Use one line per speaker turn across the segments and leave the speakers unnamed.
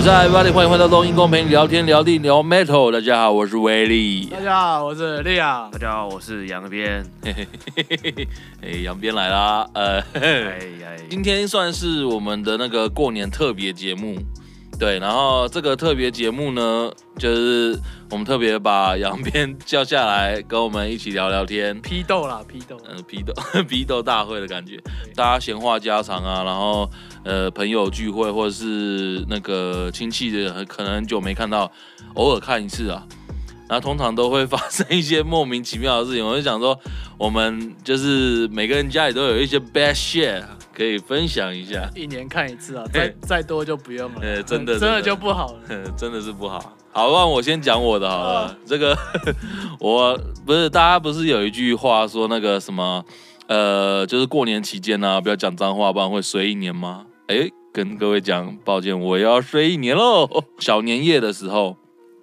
是艾巴 y 欢迎回到录音公陪你聊天聊地聊 metal。大家好，我是威力。
大家好，我是利亚。
大家好，我是杨边。
嘿嘿嘿嘿嘿哎，杨边来啦。呃，嘿
哎
嘿
呀，
今天算是我们的那个过年特别节目，对。然后这个特别节目呢，就是我们特别把杨边叫下来，跟我们一起聊聊天。
批斗啦，批斗。
嗯，批斗 批斗大会的感觉，大家闲话家常啊，然后呃朋友聚会或者是那个亲戚的，可能很久没看到，偶尔看一次啊。然后通常都会发生一些莫名其妙的事情，我就想说，我们就是每个人家里都有一些 bad shit 啊可以分享一下，
一年看一次啊，再
嘿
再多就不用了。嗯
呃真的
真
真的
的就不好了。
真的是不好。好，那我先讲我的好了。这个 我不是大家不是有一句话说那个什么，呃，就是过年期间呢、不要讲脏话，不然会衰一年吗？哎，跟各位讲，抱歉，我要衰一年喽。 小年夜的时候。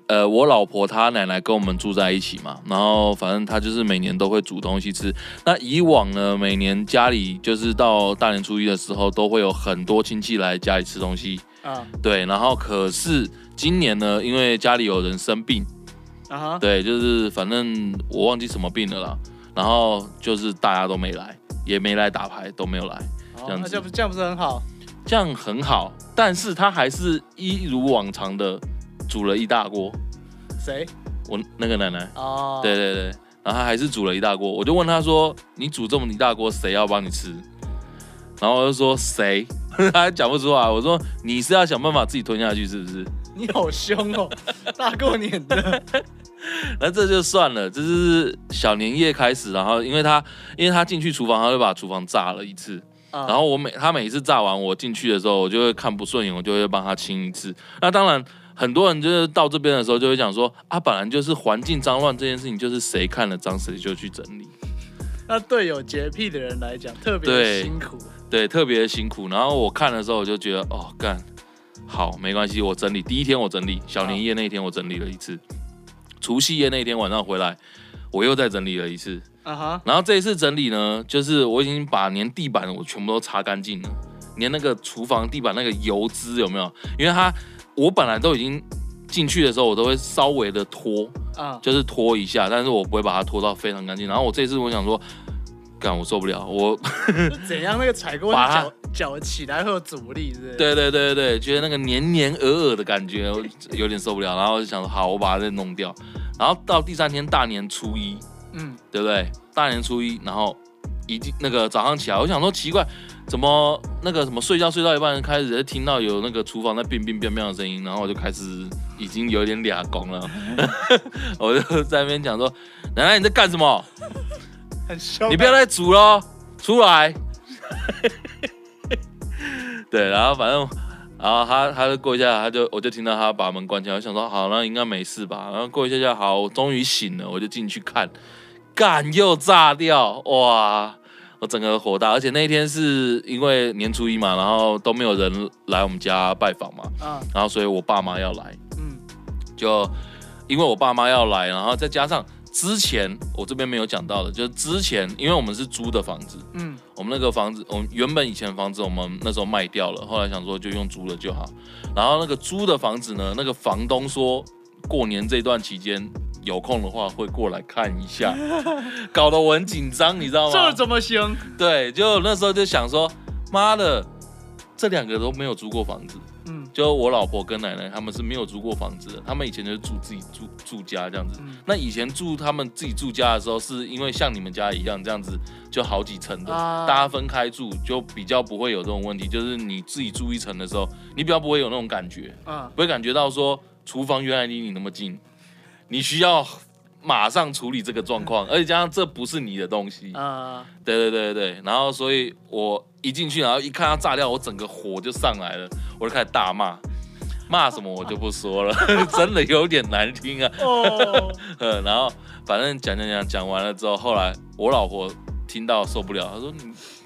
呃，我老婆她奶奶跟我们住在一起嘛，然后反正她就是每年都会煮东西吃。那以往呢，每年家里就是到大年初一的时候，都会有很多亲戚来家里吃东西。
啊
对，然后可是今年呢，因为家里有人生病，
啊哈，
对，就是反正我忘记什么病了啦，然后就是大家都没来，也没来打牌，都没有来，
好
这样
哦那
子
这不这样不是很好？
这样很好，但是他还是一如往常的煮了一大锅，
谁？
我那个奶奶，
哦，
对，对对，然后他还是煮了一大锅，我就问他说，你煮这么一大锅，谁要帮你吃？然后我就说谁， 他还讲不出来，我说你是要想办法自己吞下去是不是？
你好凶 哦，大过年的。
那这就算了，这是小年夜开始，然后因为他因为他进去厨房，他就把厨房炸了一次，
然
然后我每他每一次炸完我进去的时候，我就会看不顺眼，我就会帮他清一次。那当然，很多人就是到这边的时候就会讲说啊，本来就是环境脏乱这件事情，就是谁看了脏谁就去整理，
那对有洁癖的人来讲，特别
对
的辛苦。
对，特别辛苦。然后我看的时候我就觉得哦干，好没关系，我整理第一天我整理小年夜那一天我整理了一次，除夕夜那一天晚上回来我又再整理了一次。
啊哈，
然后这一次整理呢，就是我已经把连地板我全部都擦干净了，连那个厨房地板那个油脂有没有？因为它我本来都已经进去的时候，我都会稍微的拖，
啊，
就是拖一下，但是我不会把它拖到非常干净。然后我这次我想说，干我受不了，我
怎样？那个踩过
把它
脚脚起来会有阻力，是不是？，
对对对对对，觉得那个黏黏鹅鹅的感觉我有点受不了，然后我就想说好，我把它再弄掉。然后到第三天大年初一，
嗯，
对不对？大年初一，然后一定那个早上起来，我想说奇怪，怎么那个什么睡觉睡到一半开始听到有那个厨房在乒乒乓乓的声音，然后我就开始已经有点俩拱了， 我就在那边讲说，奶奶你在干什么？
很凶啊。
你不要再煮喽，出来。 对，然后反正，然后他他就过一下，他就我就听到他把门关起来，我想说好，那应该没事吧。然后过一下下，好，我终于醒了，我就进去看，干又炸掉，哇！我整个火大，而且那一天是因为年初一嘛，然后都没有人来我们家拜访嘛，
啊，
然后所以我爸妈要来，
嗯，
就因为我爸妈要来，然后再加上之前我这边没有讲到的，就是之前因为我们是租的房子，
嗯，
我们那个房子，我们原本以前房子我们那时候卖掉了，后来想说就用租的就好。然后那个租的房子呢，那个房东说过年这段期间有空的话会过来看一 下，搞得我很紧张，你知道
这
吗？
怎么行？
对，就那时候就想说，妈的，这两个都没有租过房子。
嗯
就我老婆跟奶奶他们是没有租过房子的，他们以前就是住自己住住家这样子。
嗯
那以前住他们自己住家的时候，是因为像你们家一样这样子，就好几层的，
啊
大家分开住，就比较不会有这种问题。就是你自己住一层的时候，你比较不会有那种感觉，
啊，
不会感觉到说厨房原来离你那么近，你需要马上处理这个状 况，而且加上这不是你的东西。
啊，
对对对对对，然后所以我一进去，然后一看它炸掉，我整个火就上来了，我就开始大骂，骂什么我就不说了， 真的有点难听啊。
哦，
呃，然后反正讲讲讲讲完了之后，后来我老婆听到受不了，她说你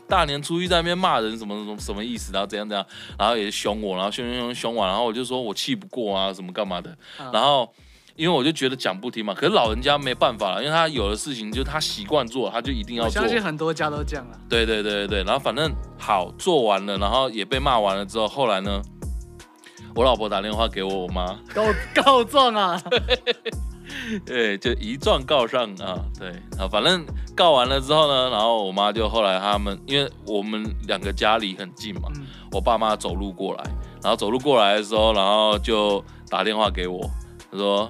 大年初一在那边骂人什么什么什么意思，然后怎样怎样，然后也凶我，然后凶凶凶凶完，然后我就说我气不过啊，什么干嘛的，
啊
然后。因为我就觉得讲不听嘛，可是老人家没办法了，因为他有的事情就是他习惯做，他就一定要
我
做。
相信很多家都这样啊了。
对对对对对，然后反正好做完了，然后也被骂完了之后，后来呢，我老婆打电话给我我妈，
告告状啊！
对，就一状告上啊，对啊，反正告完了之后呢，然后我妈就后来他们，因为我们两个家里很近嘛，
嗯
我爸妈走路过来，然后走路过来的时候，然后就打电话给我，他说：“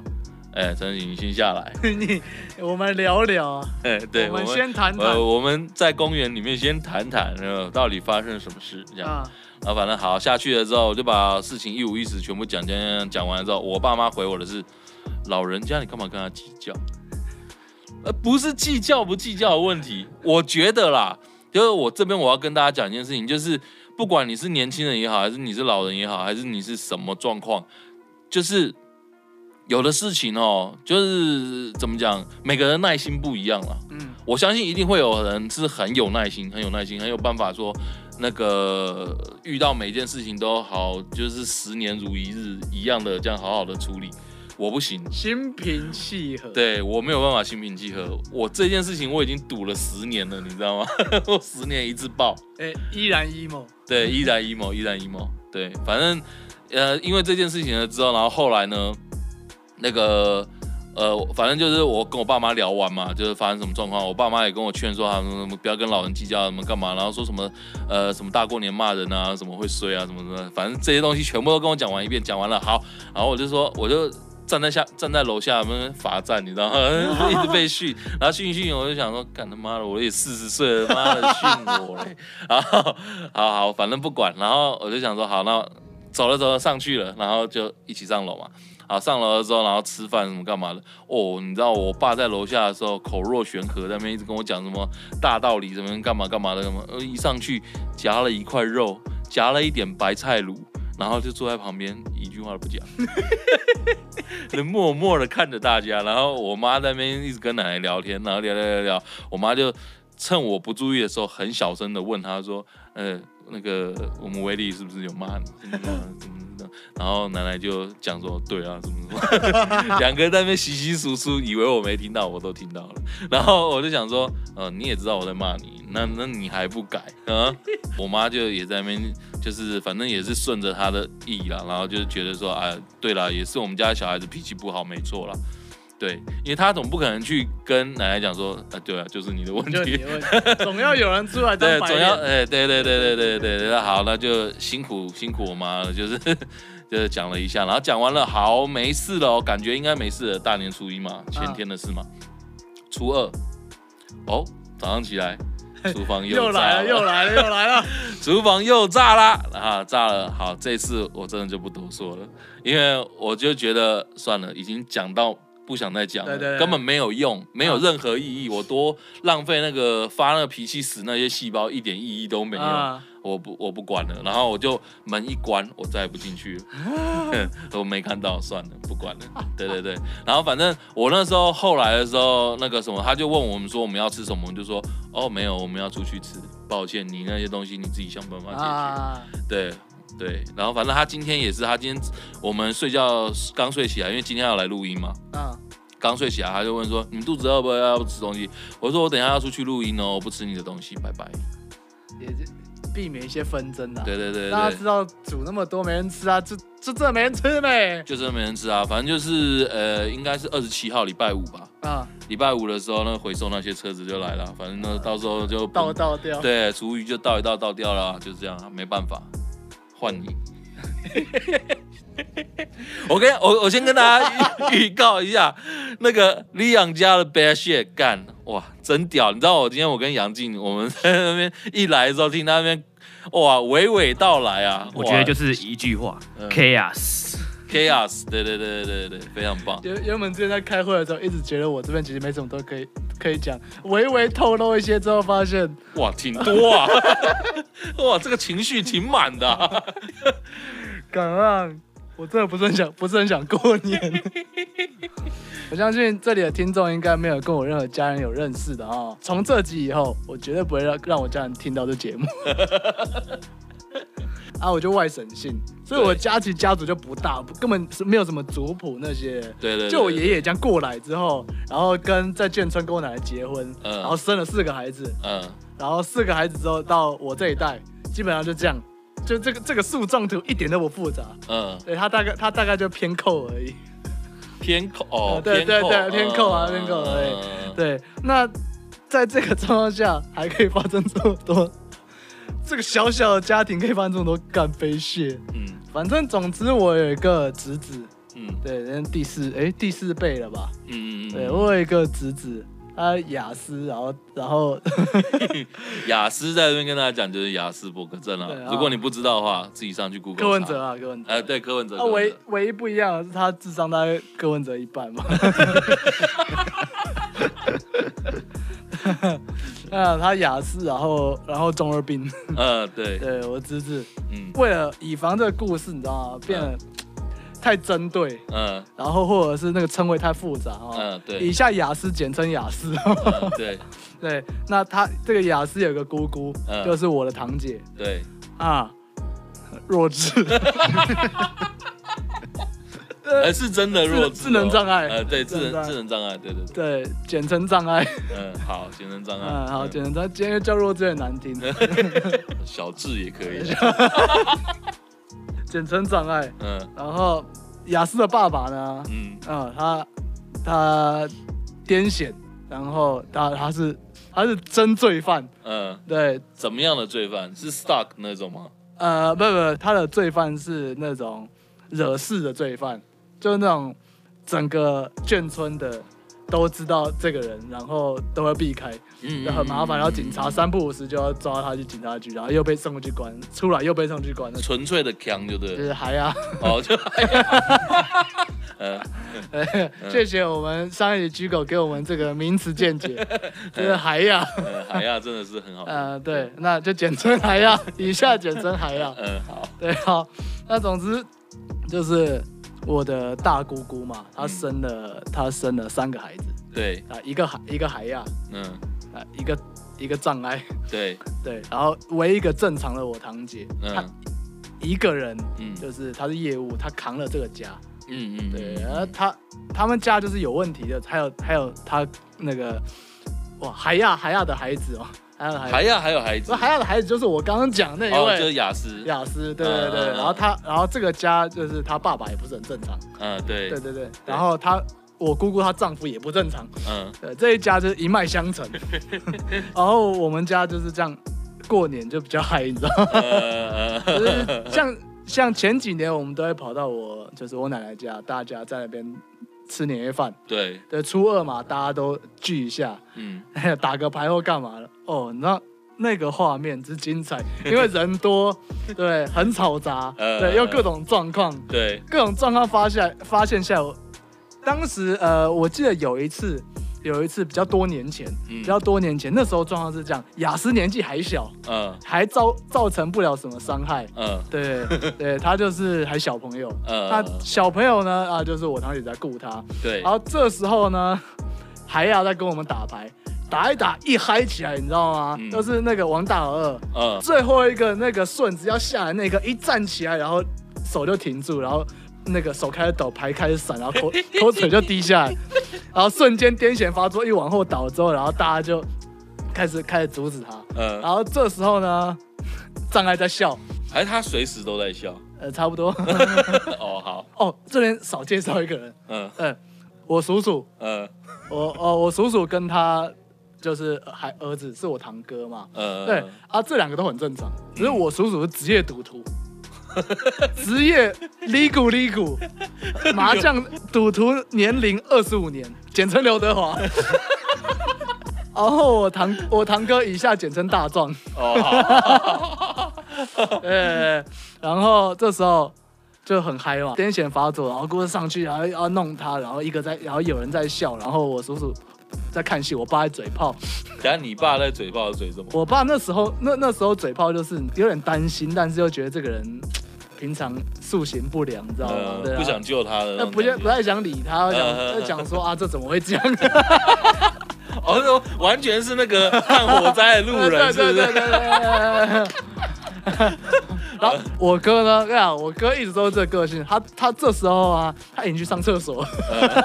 哎、陈景，你先下来。
你我们聊聊啊，
哎，对，
我
我
们
们
先谈谈
呃，我们在公园里面先谈谈，呃，到底发生什么事这样。
啊，
然后反正好下去了之后，我就把事情一五一十全部讲讲讲讲讲完之后，我爸妈回我的是，老人家你干嘛跟他计较？呃，不是计较不计较的问题，我觉得啦，就是我这边我要跟大家讲一件事情，就是不管你是年轻人也好，还是你是老人也好，还是你是什么状况，就是有的事情哦，就是怎么讲，每个人耐心不一样啦。
嗯，
我相信一定会有人是很有耐心、很有耐心、很有办法说，那个遇到每一件事情都好，就是十年如一日一样的这样好好的处理。我不行，
心平气和，，
对我没有办法心平气和。我这件事情我已经赌了十年了，你知道吗？ 我十年一次爆，
哎，依然 emo，
对，依然 emo，依然 emo，对，反正呃，因为这件事情了之后，然后后来呢，那个呃，反正就是我跟我爸妈聊完嘛，就是发生什么状况，我爸妈也跟我劝说，他们什么不要跟老人计较，什么干嘛，然后说什么呃什么大过年骂人啊，什么会衰啊，什么什么的，反正这些东西全部都跟我讲完一遍，讲完了，好，然后我就说我就。站在下，站在楼下，他们罚站，你知道吗？ 一直被训，然后训一训，我就想说，干他妈的，我也四十岁了，妈的训我嘞！然后， 好好，反正不管。然后我就想说，好，那走了走了上去了，然后就一起上楼嘛。好，上楼了之后，然后吃饭什么干嘛的。哦，你知道我爸在楼下的时候口若悬河，在那边一直跟我讲什么大道理，什么干嘛干嘛的什么。呃，一上去夹了一块肉，夹了一点白菜卤，然后就坐在旁边一句话都不讲， 就默默的看着大家。然后我妈在那边一直跟奶奶聊天，然后聊聊聊聊，我妈就趁我不注意的时候，很小声的问她说：“呃，那个我们威力是不是有骂你？怎么怎么怎么怎么？”然后奶奶就讲说：“对啊，怎么怎么。”两个人在那边稀稀疏疏，以为我没听到，我都听到了。然后我就想说：“呃，你也知道我在骂你，那那你还不改啊？”我妈就也在那边，就是反正也是顺着她的意啦，然后就觉得说：“啊，对啦，也是我们家小孩子脾气不好，没错啦。”对，因为她总不可能去跟奶奶讲说，啊，对啊，就是 你的问
就
题
你，的问题，总要有人出来当
对，
白
总要
脸，
哎、对对对对对对对，好，那就辛苦辛苦我妈了，就是就是讲了一下，然后讲完了，好，没事了，我哦感觉应该没事了。大年初一嘛，
嗯
前天的事嘛，初二，哦，早上起来，厨房
又
炸
来了，又来了，又来了，
厨房又炸啦！啊，炸了！好，这次我真的就不多说了，因为我就觉得算了，已经讲到不想再讲了，
对对啊对
根本没有用，没有任何意义。我多浪费那个发那个脾气死那些细胞，一点意义都 没有。
啊，
我不我不管了，然后我就门一关，我再也不进 去了。我没看到，算了，不管了。对对对，然后反正我那时候后来的时候，那个什么，他就问我们说我们要吃什么，我们就说哦没有，我们要出去吃，抱歉，你那些东西你自己想办法解决。
啊，
对对，然后反正他今天也是，他今天我们睡觉刚睡起来，因为今天要来录音嘛，
啊，
刚睡起来他就问说你们肚子饿不饿？要不吃东西？我说我等一下要出去录音哦，我不吃你的东西，拜拜。
也是避免一些纷争啊。
对对对对
大
对
家知道煮那么多没人吃啊，这这这没人吃呗。
就是没人吃啊，反正就是呃，应该是二十七号礼拜五吧，
啊，
礼拜五的时候那回收那些车子就来了，反正呢到时候就
倒倒掉。
对厨余就倒一倒倒掉了，就是这样，没办法，换你。 我跟我我先跟大家预预告一下，那个李养家的 bad shit 干哇真屌！你知道我今天我跟杨静我们在那边一来的时候，听他那边哇娓娓道来啊，
我觉得就是是一句话、
嗯
c h a o s
chaos，对对对对对对，非常棒。
原原本之前在开会的时候，一直觉得我这边其实没什么都可以可以讲，微微透露一些之后，发现
哇，挺多啊！ 哇，这个情绪挺满的啊、
敢让我真的不是很想，不是很想过年。 我相信这里的听众应该没有跟我任何家人有认识的啊、从这集以后，我绝对不会让让我家人听到这节目。 啊，我就外省姓，所以我家其实家族就不大，不根本是没有什么族谱那些。
对对对，
就我爷爷这样过来之后，然后跟在眷村跟我奶奶结婚，
嗯
然后生了四个孩子，
嗯，
然后四个孩子之后到我这一代，基本上就这样，就这个这个树状图一点都不复杂，
嗯，
对，它大概它大概就偏扣而已。
偏扣哦
呃，对对
扣
对偏扣啊
嗯
偏扣对
嗯
对，那在这个状况下还可以发生这么多，这个小小的家庭可以发生这么多干悲血。
嗯
反正总之我有一个侄子，
嗯
对，人家第四哎第四辈了吧？
嗯嗯，
对我有一个侄子，他雅思，然后然后
雅思在这边跟大家讲就是雅思伯格症啊
对啊，
如果你不知道的话，自己上去 Google
柯文哲
查，
啊柯文哲，
呃，对柯文哲，
那
柯文
唯
哲
唯一不一样的是他智商大概柯文哲一半 嘛。啊，他雅思，然后然后中二 病，
呃，对，
对我侄子
嗯
为了以防这个故事，你知道吗？变得太针对，
嗯
然后或者是那个称谓太复杂啊。哦
嗯，对
以，下雅思简称雅思，
嗯对
对，那他这个雅思有个姑姑，
嗯
就是我的堂姐
对，
啊，弱 智，
呃，是真的
智
弱智哦
智能障碍
呃，对，智
智能障
能
碍
智能障碍，对对对，
对，简称障碍，
嗯，好，智能障碍，
嗯，好，
嗯
简称障碍，今天叫弱智有点难听，
小智也可以，
简称障碍。
嗯
然后雅思的爸爸呢，
嗯
啊、他他癫痫，然后他他是他是真罪犯，
嗯，
对，
怎么样的罪犯是 stuck 那种吗？
呃，不不，他的罪犯是那种惹事的罪犯，就是那种整个眷村的都知道这个人，然后都会避开，
嗯
然后很麻烦，然后警察三不五时就要抓他去警察局，然后又被送过去关，出来又被送去关了，
纯粹的强就对
就
了，
是还啊。
哦，就，嗯，
谢谢我们上一集 Gigo 给我们这个名词见解，就是海呀，
嗯海亚真的是很好，
呃，对，那就简称海呀，以下简称海呀，
嗯，好，
对，好，那总之就是我的大姑姑嘛，她
嗯
生了、她生了三个孩子
对，
啊，一个海一个海亚
嗯，
啊，一个一个障碍，
对，
对，然后唯一一个正常的我堂姐，她
嗯
一个人
嗯
就是她是业务，她扛了这个家，
嗯嗯，
对，然后他他们家就是有问题的，还有还有他那个哇海亚海亚的孩子哦，海亚的孩
海
子，
亚还有孩子
那，海亚的孩子就是我刚刚讲的那一
哦，就是
位、
雅思，
雅思，对对对，
嗯嗯嗯
然后他然后这个家就是他爸爸也不是很正常，
嗯，对
对，对对，然后他。我姑姑她丈夫也不正常，
嗯
对，这一家就是一脉相 承。然后我们家就是这样，过年就比较嗨，你知道吗？
呃
就
呃，
是像像前几年我们都会跑到我就是我奶奶家，大家在那边吃年夜饭，
对，
对，初二嘛，大家都聚一下，
嗯，
打个牌或干嘛的。哦，那那个画面之精彩，因为 人多，对，很嘈杂，
呃
对，又各种状况，
对，
各种状况发下来发现下来，我当时呃，我记得有一次，有一次比较多年前，
嗯
比较多年前，那时候状况是这样，雅思年纪还小，
嗯
还造造成不了什么伤害。
嗯
对对，他就是还小朋友，那
嗯，
小朋友呢啊，就是我堂姐在顾他，
对
然，后这时候呢，海雅在跟我们打牌，打一打一嗨起来，你知道吗？
嗯
就是那个王大老二
嗯
最后一个那个顺子要下来那个，一站起来，然后手就停住，然后那个手开始抖，牌开始闪，然后 口口水就滴下来，然后瞬间癫痫发作，一往后倒之后，然后大家就开始开始阻止他，
嗯，
然后这时候呢，障碍在笑，
还他随时都在笑，
呃，差不多
哦，好，
哦，这边少介绍一个人，
嗯
嗯、我叔叔。
嗯
我哦，我叔叔跟他就是呃还儿子是我堂哥嘛，
呃，
对啊，这两个都很正常，只是我叔叔是职业赌徒，职业哩咕哩咕，麻将赌徒年龄二十五年，简称刘德华。然后我堂我堂哥以下简称大壮，
哦，好，
呃，然后这时候就很嗨嘛，癫痫发作，然后故事上去，然后要弄他，然后一个在，然后有人在笑，然后我叔叔在看戏，我爸在嘴炮，
等下你爸在嘴炮嘴什么？
我爸那时候那那时候嘴炮就是有点担心，但是又觉得这个人平常塑形不良，你知道吗？
呃
对，啊
不想救他的
那
种
不
感觉，
不太想理他，想
呃
就讲说啊，这怎么会这样？
哦，那完全是那个看火灾的路
对
人，是
对
不
对
是？
对对。然后我哥呢，跟你讲，我哥一直都是这个个性，他他这时候啊，他已经去上厕所，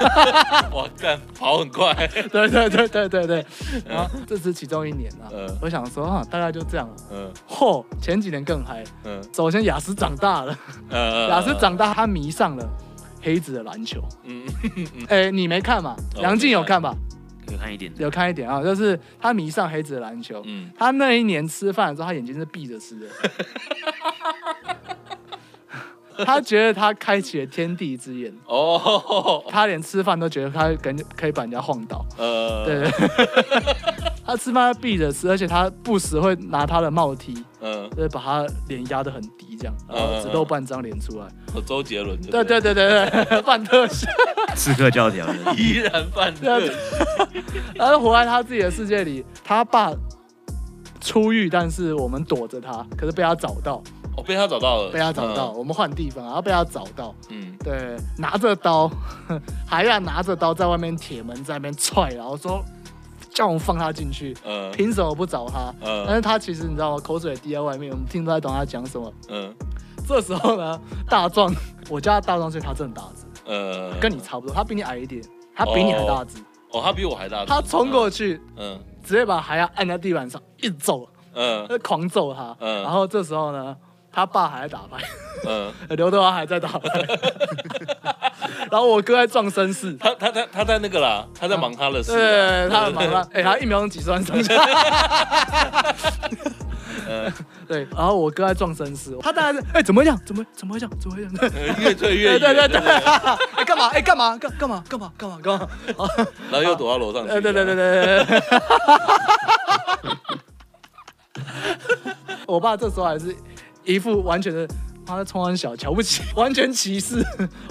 哇，干跑很 快，
对对对对对对，然后这是其中一年啊，
嗯
我想说啊，大概就这样了。
嗯
嚯，前几年更嗨，
嗯
首先雅思长大了，
呃
雅思，长大他迷上了黑子的篮球，
嗯
哎，你没看嘛？
哦
梁静有看吧？
有看一点的，
有看一点啊，就是他迷上黑子的篮球，
嗯，
他那一年吃饭的时候，他眼睛是闭着吃的。 他觉得他开启了天地之眼，
哦，
他连吃饭都觉得他感觉可以把人家晃倒。
呃，
对， 他吃饭他闭着吃，而且他不时会拿他的帽梯，
嗯，
就是把他脸压得很低，这样，然后只露半张脸出来。
我呃周杰伦，
对对，啊对对对， 半特写。
刺客教 条的，
依然犯
对
罪，
然后活在 他自己的世界里。他爸出狱，但是我们躲着他，可是被他找到，
我哦被他找到了，
被他找到，，我们换地方，然后被他找到。
嗯
对，拿着刀， 还要拿着刀在外面铁门在那边踹，然后说叫我们放他进去，
嗯
凭什么不找他？但
嗯
是他其实你知道吗？口水滴在外面，我们听不太懂他讲什么。
嗯
这时候呢，大壮，我叫他大壮，所以他真的大只，
呃，
跟你差不多，他比你矮一点，他比你还大只，
哦，他比我还大，
他冲过去。
嗯，
直接把海亚按在地板上，一直揍，
嗯嗯
狂揍他。
嗯
然后这时候呢，他爸还在打牌，
嗯，
刘德华还在打牌， 然后我哥在撞绅士，
他他他他在那个啦，他在忙他的事，
啊
啊
对，他很忙啦，哎、他一秒钟几十万上下。 对，然后我哥在撞绅士，他当然是，哎、怎么会这样？怎么怎么会这样？怎么会这样？
越退越
对
远，
对对对，哎干嘛？哎干嘛？干干嘛？干嘛？干嘛？干嘛？
然 后又躲到楼上去，
呃，对对对，对对。 我爸这时候还是一副完全的，他在冲完小瞧不起， 完全歧视。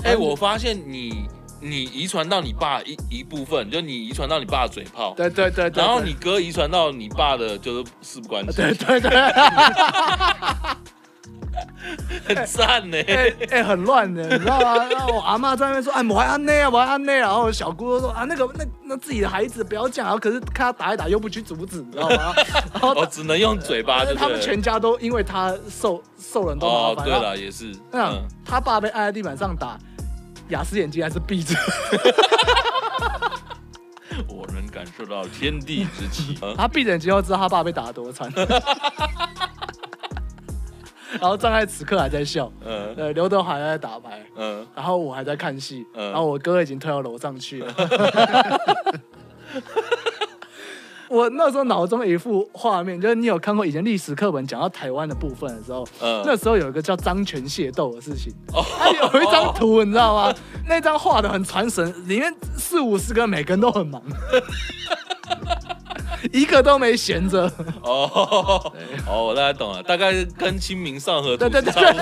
哎，我发现你你遗传到你爸一一部分，就你遗传到你爸的嘴炮，
对对对对对啊
然后你哥遗传到你爸的，就是事不关己，
对对 对，
很赞呢。
哎、哎、很乱的，你知道吗？然后我阿妈在那边说，哎，我还安内啊，我还安内啊，然后我小姑都说啊，那个那那自己的孩子不要讲啊，可是看他打一打又不去阻止，你知道吗？然后
哦，只能用嘴巴，对
他
不
们
对？
全家都因为他受受了很多麻
哦，
烦。
对
然后
了，也是，
嗯
嗯，，
他爸被按在地板上打，雅思眼睛还是闭着，
嗯我能感受到天地之气。嗯
他闭着眼睛就知道他爸被打得多 惨。然后站在此刻还在笑，
嗯
呃，刘德华还在打牌，
嗯，
然后我还在看戏，
嗯
然后我哥已经推到楼上去 了。我那时候脑中一幅画面，就是你有看过以前历史课本讲到台湾的部分的时候，
嗯
那时候有一个叫张权械斗的事情，
哦
它有一张图你知道吗？那张画的很传神，里面四五十个，每个人都很忙， 一个都没闲着。
哦哦，我大概懂了，大概跟清明上河图
对对
是
对
差不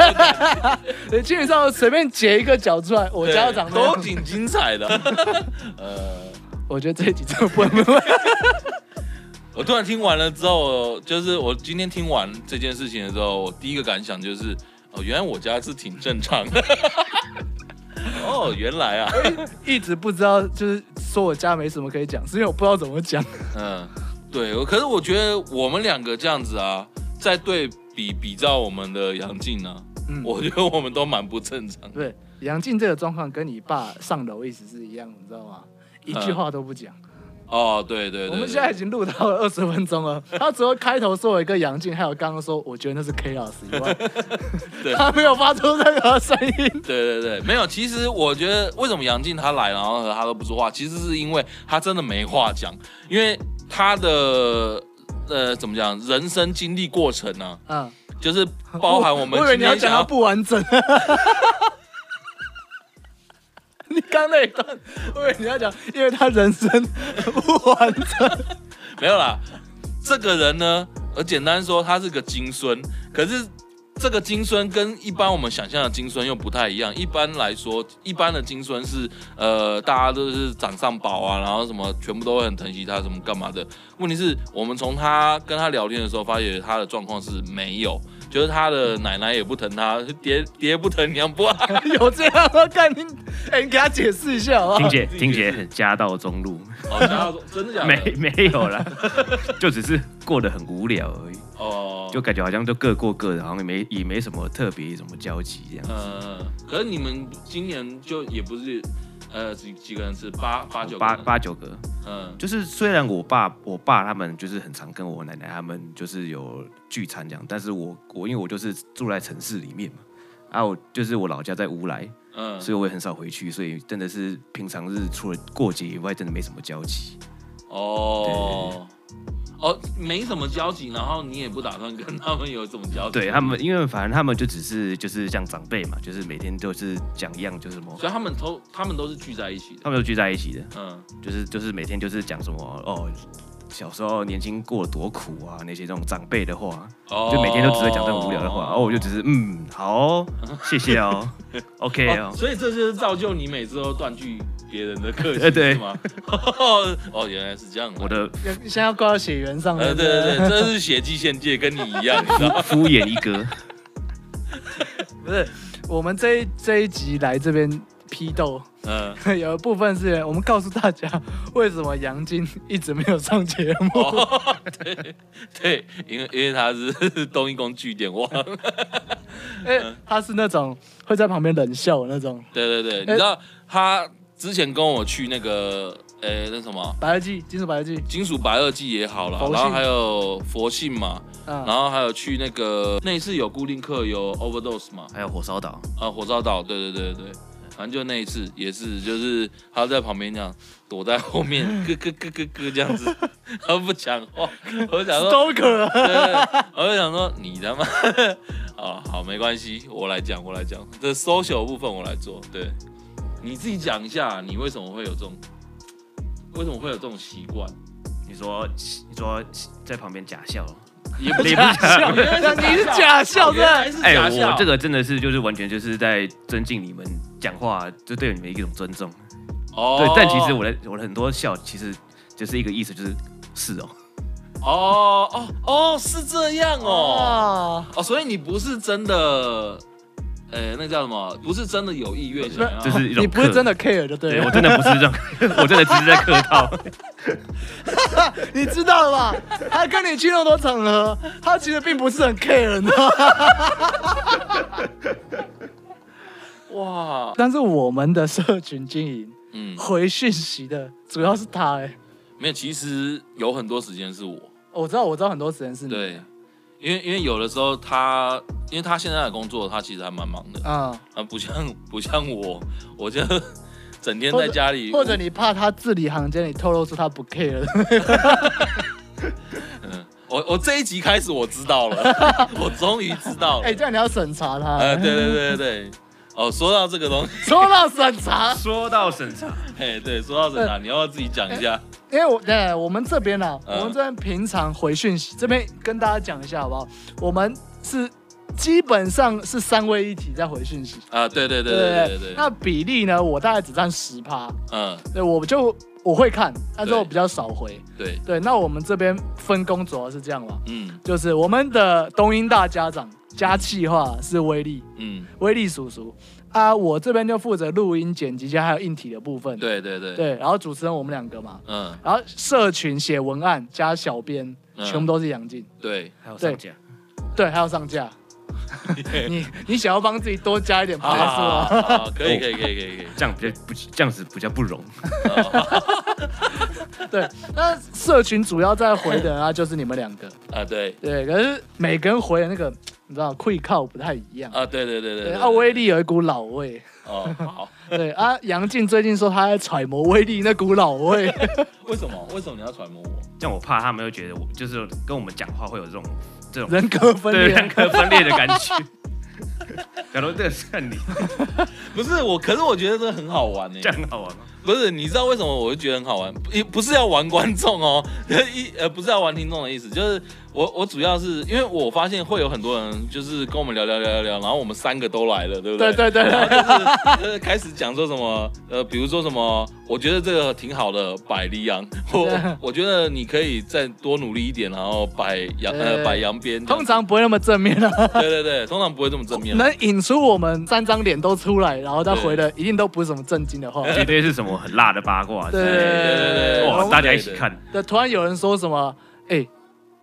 多，
对，基本上随便截一个角出来，我
对
家长那样
都挺精彩 的。呃，
我觉得这一集真的不能
我突然听完了之后，就是我今天听完这件事情的时候，我第一个感想就是，哦，原来我家是挺正常 的。哦，原来啊，
一直不知道，就是说我家没什么可以讲，是因为我不知道怎么讲。
嗯，对，我可是我觉得我们两个这样子啊，在对比比照我们的杨静呢、
嗯，
我觉得我们都蛮不正常的。
对杨静这个状况跟你爸上楼意思是一样，你知道吗？一句话都不讲。
哦，对呃对对
我
对
们现在已经录到了二十分钟了，他除了开头说我一个杨静，还有刚刚说我觉得那是 K 老师以外
对，
他没有发出任何声 音。
对对对，没有。其实我觉得为什么杨静她来，然后她都不说话，其实是因为她真的没话讲，因为她的呃怎么讲，人生经历过程呢、
嗯，
啊，就是包含我们
我以为
今
你要
天
讲
想
到
要
不完整。 你刚那一段，我以为你要讲，因为他人生不完整。
没有啦，这个人呢，我简单说，他是呃个金孙，可是这个金孙跟一般我们想象的金孙又不太一样。一般来说，一般的金孙是呃，大家都是掌上宝啊，然后什么全部都会很疼惜他，什么干嘛的。问题是我们从他跟他聊天的时候，发现他的状况是没有。就是他的奶奶也不疼他，爹爹不疼娘不啊爱，
有这样吗？看你，哎、你给他解释一下好不好
听姐听姐很家道中落，
哦，然后说真的假的？
没没有啦，就只是过得很无聊而已。
哦， 哦，
就感觉好像就各过各的，好像也没也没什么特别什么交集这样。
呃，可是你们今年就也不是呃几几个人是八八九个
八
人
八九个，
嗯
就是虽然我爸我爸他们就是很常跟我奶奶他们就是有聚餐这样，但是我我因为我就是住在城市里面嘛，啊我就是我老家在乌来，
嗯，
所以我也很少回去，所以真的是平常日除了过节以外，真的没什么交集。
哦哦，没什么交集，然后你也不打算跟他们有什么交集，
对他，们，因为反正他们就只是就是像长辈嘛，就是每天都是讲一样，就是啊什么，
所以他们都他们都是聚在一起的，
他们都聚在一起的，
嗯
就是就是每天就是讲什么哦，小时候年轻过得多苦啊，那些这种长辈的话，
哦
就每天都只会讲这种无聊的话，哦，我就只是嗯，好哦、谢谢哦，OK
哦
哦，
所以这就是造就你每次都断句别人的客
呃
气，
对
是吗？ 哦，原来是这样啊，
我的
要现在要挂到血缘上
呃，
了。
对对对，这是血迹限界，跟你一 样，你知道吗？
敷衍一哥，
不是，我们这一这一集来这边批斗，
嗯，
有一部分是我们告诉大家为什么杨金一直没有上节 目。
哦，对对，因为因为他是 东一宫据点王，
哎、他是那种会在旁边冷笑的那种。
对对对，你知道他之前跟我去那个，诶，那什么。
白垩纪，金属白垩纪，
金属白垩纪也好了
佛，性
然后还有佛性嘛，
嗯，
然后还有去那个那一次有固定课有 overdose 嘛，
还有火烧岛，
啊，火烧岛，对对对对，反正就那一次也是，就是他在旁边这样躲在后面，咯咯咯咯咯这样子， 他不讲话，我想说，
都可
对对 对我就想说你他妈，啊，好没关系，我来讲，我来讲，这 social 的部分我来做，对，你自己讲一下，你为什么会有这种，为什么会有这种习惯？
你说你说在旁边假笑，哦
也不
也不假
原来是
你是假笑
原来 是
哎、
假笑，
我这个真的是就是完全就是在尊敬你们讲话，就对你们一种尊重。
哦
对，但其实我的我的很多笑其实就是一个意思，就是是哦，
哦哦哦是这样哦
哦，
哦，所以你不是真的，呃，那叫什么？不是真的有意愿想要，
这是一种
你不是
客
真的 care 就对
对我
了，
真的不是这样， 我真的只是在客套。
你知道了吧？他跟你去那么多场合，他其实并不是很 care 你知道吗
哇，
但是我们的社群经营
嗯，
回讯息的主要是他哎、
没有，其实有很多时间是我
哦我知道我知道很多时间是你，
对，因为因为有的时候他，因为他现在的工作，他其实还蛮忙的，
啊、
啊，不像不像我，我就 整天
或
在
者
家里，
或者你怕他字里行间你透露出他不 care，
嗯，我我这一集开始我知道 了，我终于知道了，
哎、这样你要审查他。
呃，对对对对对。哦，说到这个东西，
说到审查，
说到审查，
哎，对，说到审
嗯
查，你要不要自己讲一下？
因为我对我们这边呢、啊，
嗯
我们这边平常回讯息，这边跟大家讲一下好不好？我们是基本上是三位一体在回讯息，
啊，对对对对对
不
对对，
那比例呢，我大概只占十趴，
嗯，
对我就我会看，但是
对
我比较少回。
对，
对，那我们这边分工主要是这样吧，
嗯
就是我们的东英大家长加气化是威力，
嗯，
威力叔叔啊，我这边就负责录音、剪辑加还有硬体的部分。
对对对，
对，然后主持人我们两个嘛，
嗯
然后社群写文案加小编，
嗯
全部都是杨静。
对，
还有
对
上架，
对，还要上架。
嗯
你你想要帮自己多加一点
好
趴数啊
好
吗？
啊好好，好可以可以可以可以可以，哦
这样比较不这样子比较不容。
对，那社群主要在回的啊，就是你们两个。
啊对
对，可是每个人回的那个，你知道，愧靠不太一样。
啊对对对对
对，
对，
啊，威力有一股老味。
哦好，
对啊，杨静最近说他在揣摩威力那股老味。
为什么为什么你要揣摩我？
这样我怕他们会觉得我就是跟我们讲话会有这种这种
人格分
对人
裂。
格分裂的感 觉。假如这个是你，
不是我，可是我觉得这很好玩呢
这。样很好玩吗？
不是，你知道为什么我会觉得很好玩？也不是要玩观众哦， 一呃不是要玩听众的意思，就是我我主要是因为我发现会有很多人就是跟我们聊聊聊聊聊，然后我们三个都来了，对不
对
对？
对对对，
就是呃开始讲说什么呃，比如说什么，我觉得这个挺好的，百里羊， 我我觉得你可以再多努力一点，然后摆羊呃
对
摆羊边这样
通
子，
常不会那么正面啊。
对对对，通常不会这么正面。
能引出我们三张脸都出来，然后再回的一定都不是什么正经的话。
绝对是什么很辣的八卦。
对
对对对对
哇，
我
大家一起看，
对，突然有人说什么，哎、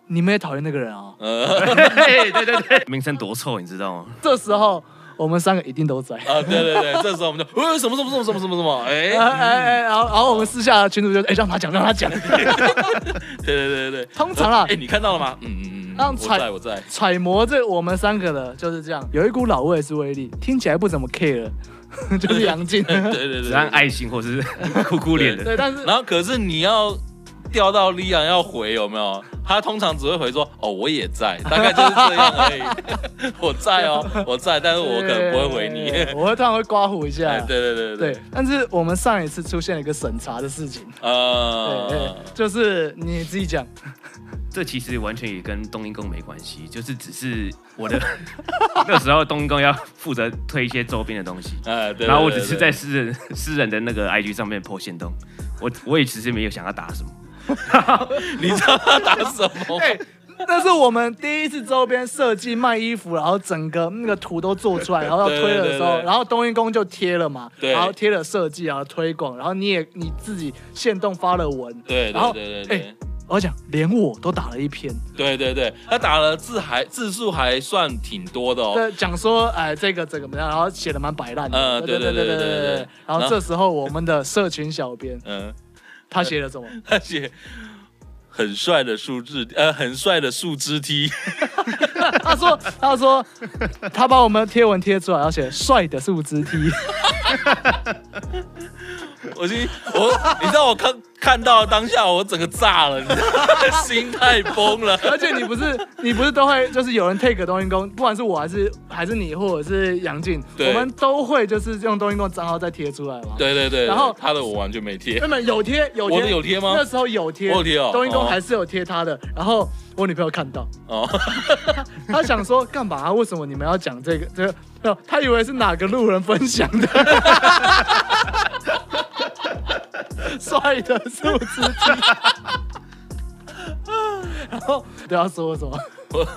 你们也讨厌那个人啊、
呃
对对对对， 名声多臭，你知道吗？
这时候我们三个一定都在。
啊，对对对，这时候我们就呃什么什么什么什么什么什 么，哎、
哎哎哎，然后然后我们私下群主就哎、让他讲让他讲，
对对对对对，
通常啦
哎、你看到了吗？嗯嗯嗯，
让
我
传
在我在，
揣摩这我们三个的就是这样，有一股老味是威力，听起来不怎么 care，就是 杨静。
对对对
只
对，
按爱心或者是哭哭脸的，
对，但是
然后可是你要钓到李昂要回有没有？他通常只会回说哦我也在，大概就是这样而 已。我在哦，我在，但是我可能不会回你。
我会突然会刮胡一下。
哎，对对对
对，但是我们上一次出现了一个审查的事情，对，
呃
哎，就是你自己讲，
这其实完全也跟冬阴功没关系，就是只是我的那时候冬阴功要负责推一些周边的东西，
哎，对。对
然后我只是在
对
私人私人的那个 IG 上面破线动，我我也其实没有想要打什么，
对你知道他打什 么吗？
哎、那是我们第一次周边设计卖衣服，然后整个那个图都做出来，然后要推了的时
对
候
对，对
然后冬阴功就贴了嘛，
对
然后贴了设计，然后推广，然后你也你自己现动发了文，
对
然后
对对对
哎
对。
我讲连我都打了一篇，
对对对，他打了字还字数还算挺多的哦。
对，讲说哎这个这个怎么样，然后写的蛮摆烂的，
嗯对对对对对对
然后
然后
这时候我们的社群小编
嗯，
他写了什么？
他写很帅的树枝，呃，很帅的树枝梯。
他说他说他把我们贴文贴出来，然后写帅的树枝梯，
我心我，你知道我看看到当下我整个炸了，你知道吗 心态崩了。
而且你不是你不是都会就是有人 take 冬阴功，不管是我还是还是你或者是杨静，
对
我们都会就是用冬阴功账号再贴出来嘛。，
对对对，
然后
他的我完全没贴，
那么有贴有贴，
我的有贴吗
那时候有贴，
我有贴哦
冬阴功
哦
还是有贴他的，然后我女朋友看到，
哦，
她想说干嘛？为什么你们要讲这个？这个没有，她以为是哪个路人分享的。 帅的素质 低，然后不要说我什么，
我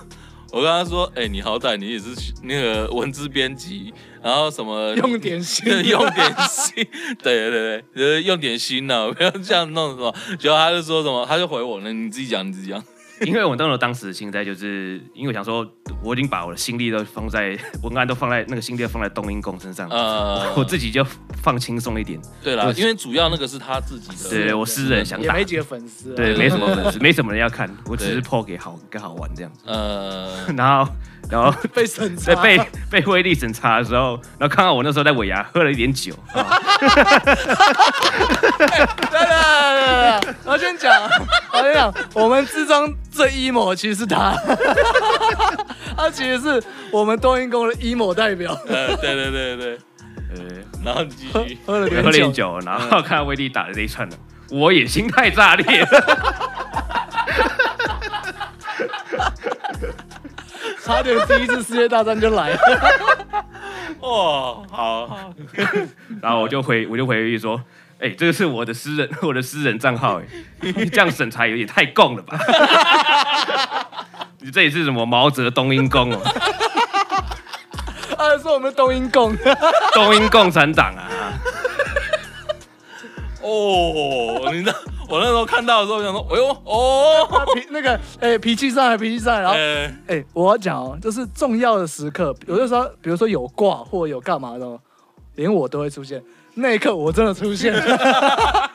我跟他说，哎、你好歹你也是那个文字编辑，然后什么
用点心
对用点心，对对对，就是用点心呢、不要这样弄什么。结果他就说什么，他就回我了，你自己讲，你自己讲。
因为我当时当时的心态就是，因为我想说我已经把我的心力都放在文案都放在那个心力都放在冬阴功身上，
呃，
我自己就放轻松一点，
对啦
我，
因为主要那个是他自己的，
对我私人想
也
打
没。几个粉丝啊。
对，
对
没什么 粉丝，没什么人要看，我只是
对
PO 给好给好玩这样子。
呃，
然后，然后
被审查
在， 被被威力审查的时候，然后看到我那时候在尾牙喝了一点酒，啊
对对对对对，我先讲，我先讲，我们之中最 emo 其实是他， 他其实是我们冬阴功的 emo 代表，
呃，对对对对，
呃，
然后你继续。
喝了
喝了
点
点
酒，
酒，然后看到威力打的这一串了， 我也心态炸裂了。
差点第一次世界大战就来了。
哦，好，好
然后我就回我就回去说，哎、这个是我的私人 我的私人账号、哎， 你这样审查有点太共了吧？ 你这里是什么毛泽东阴公哦，
他说我们冬阴功，
东英共产党啊，
哦，你知道我那时候看到的时候，我想说，哎呦，哦，
他脾那个哎脾气上来脾气上来，然后
呃，
哎我要讲哦，就是重要的时刻，有的时候比如说有挂或有干嘛的哦，连我都会出现。那一刻我真的 出现了。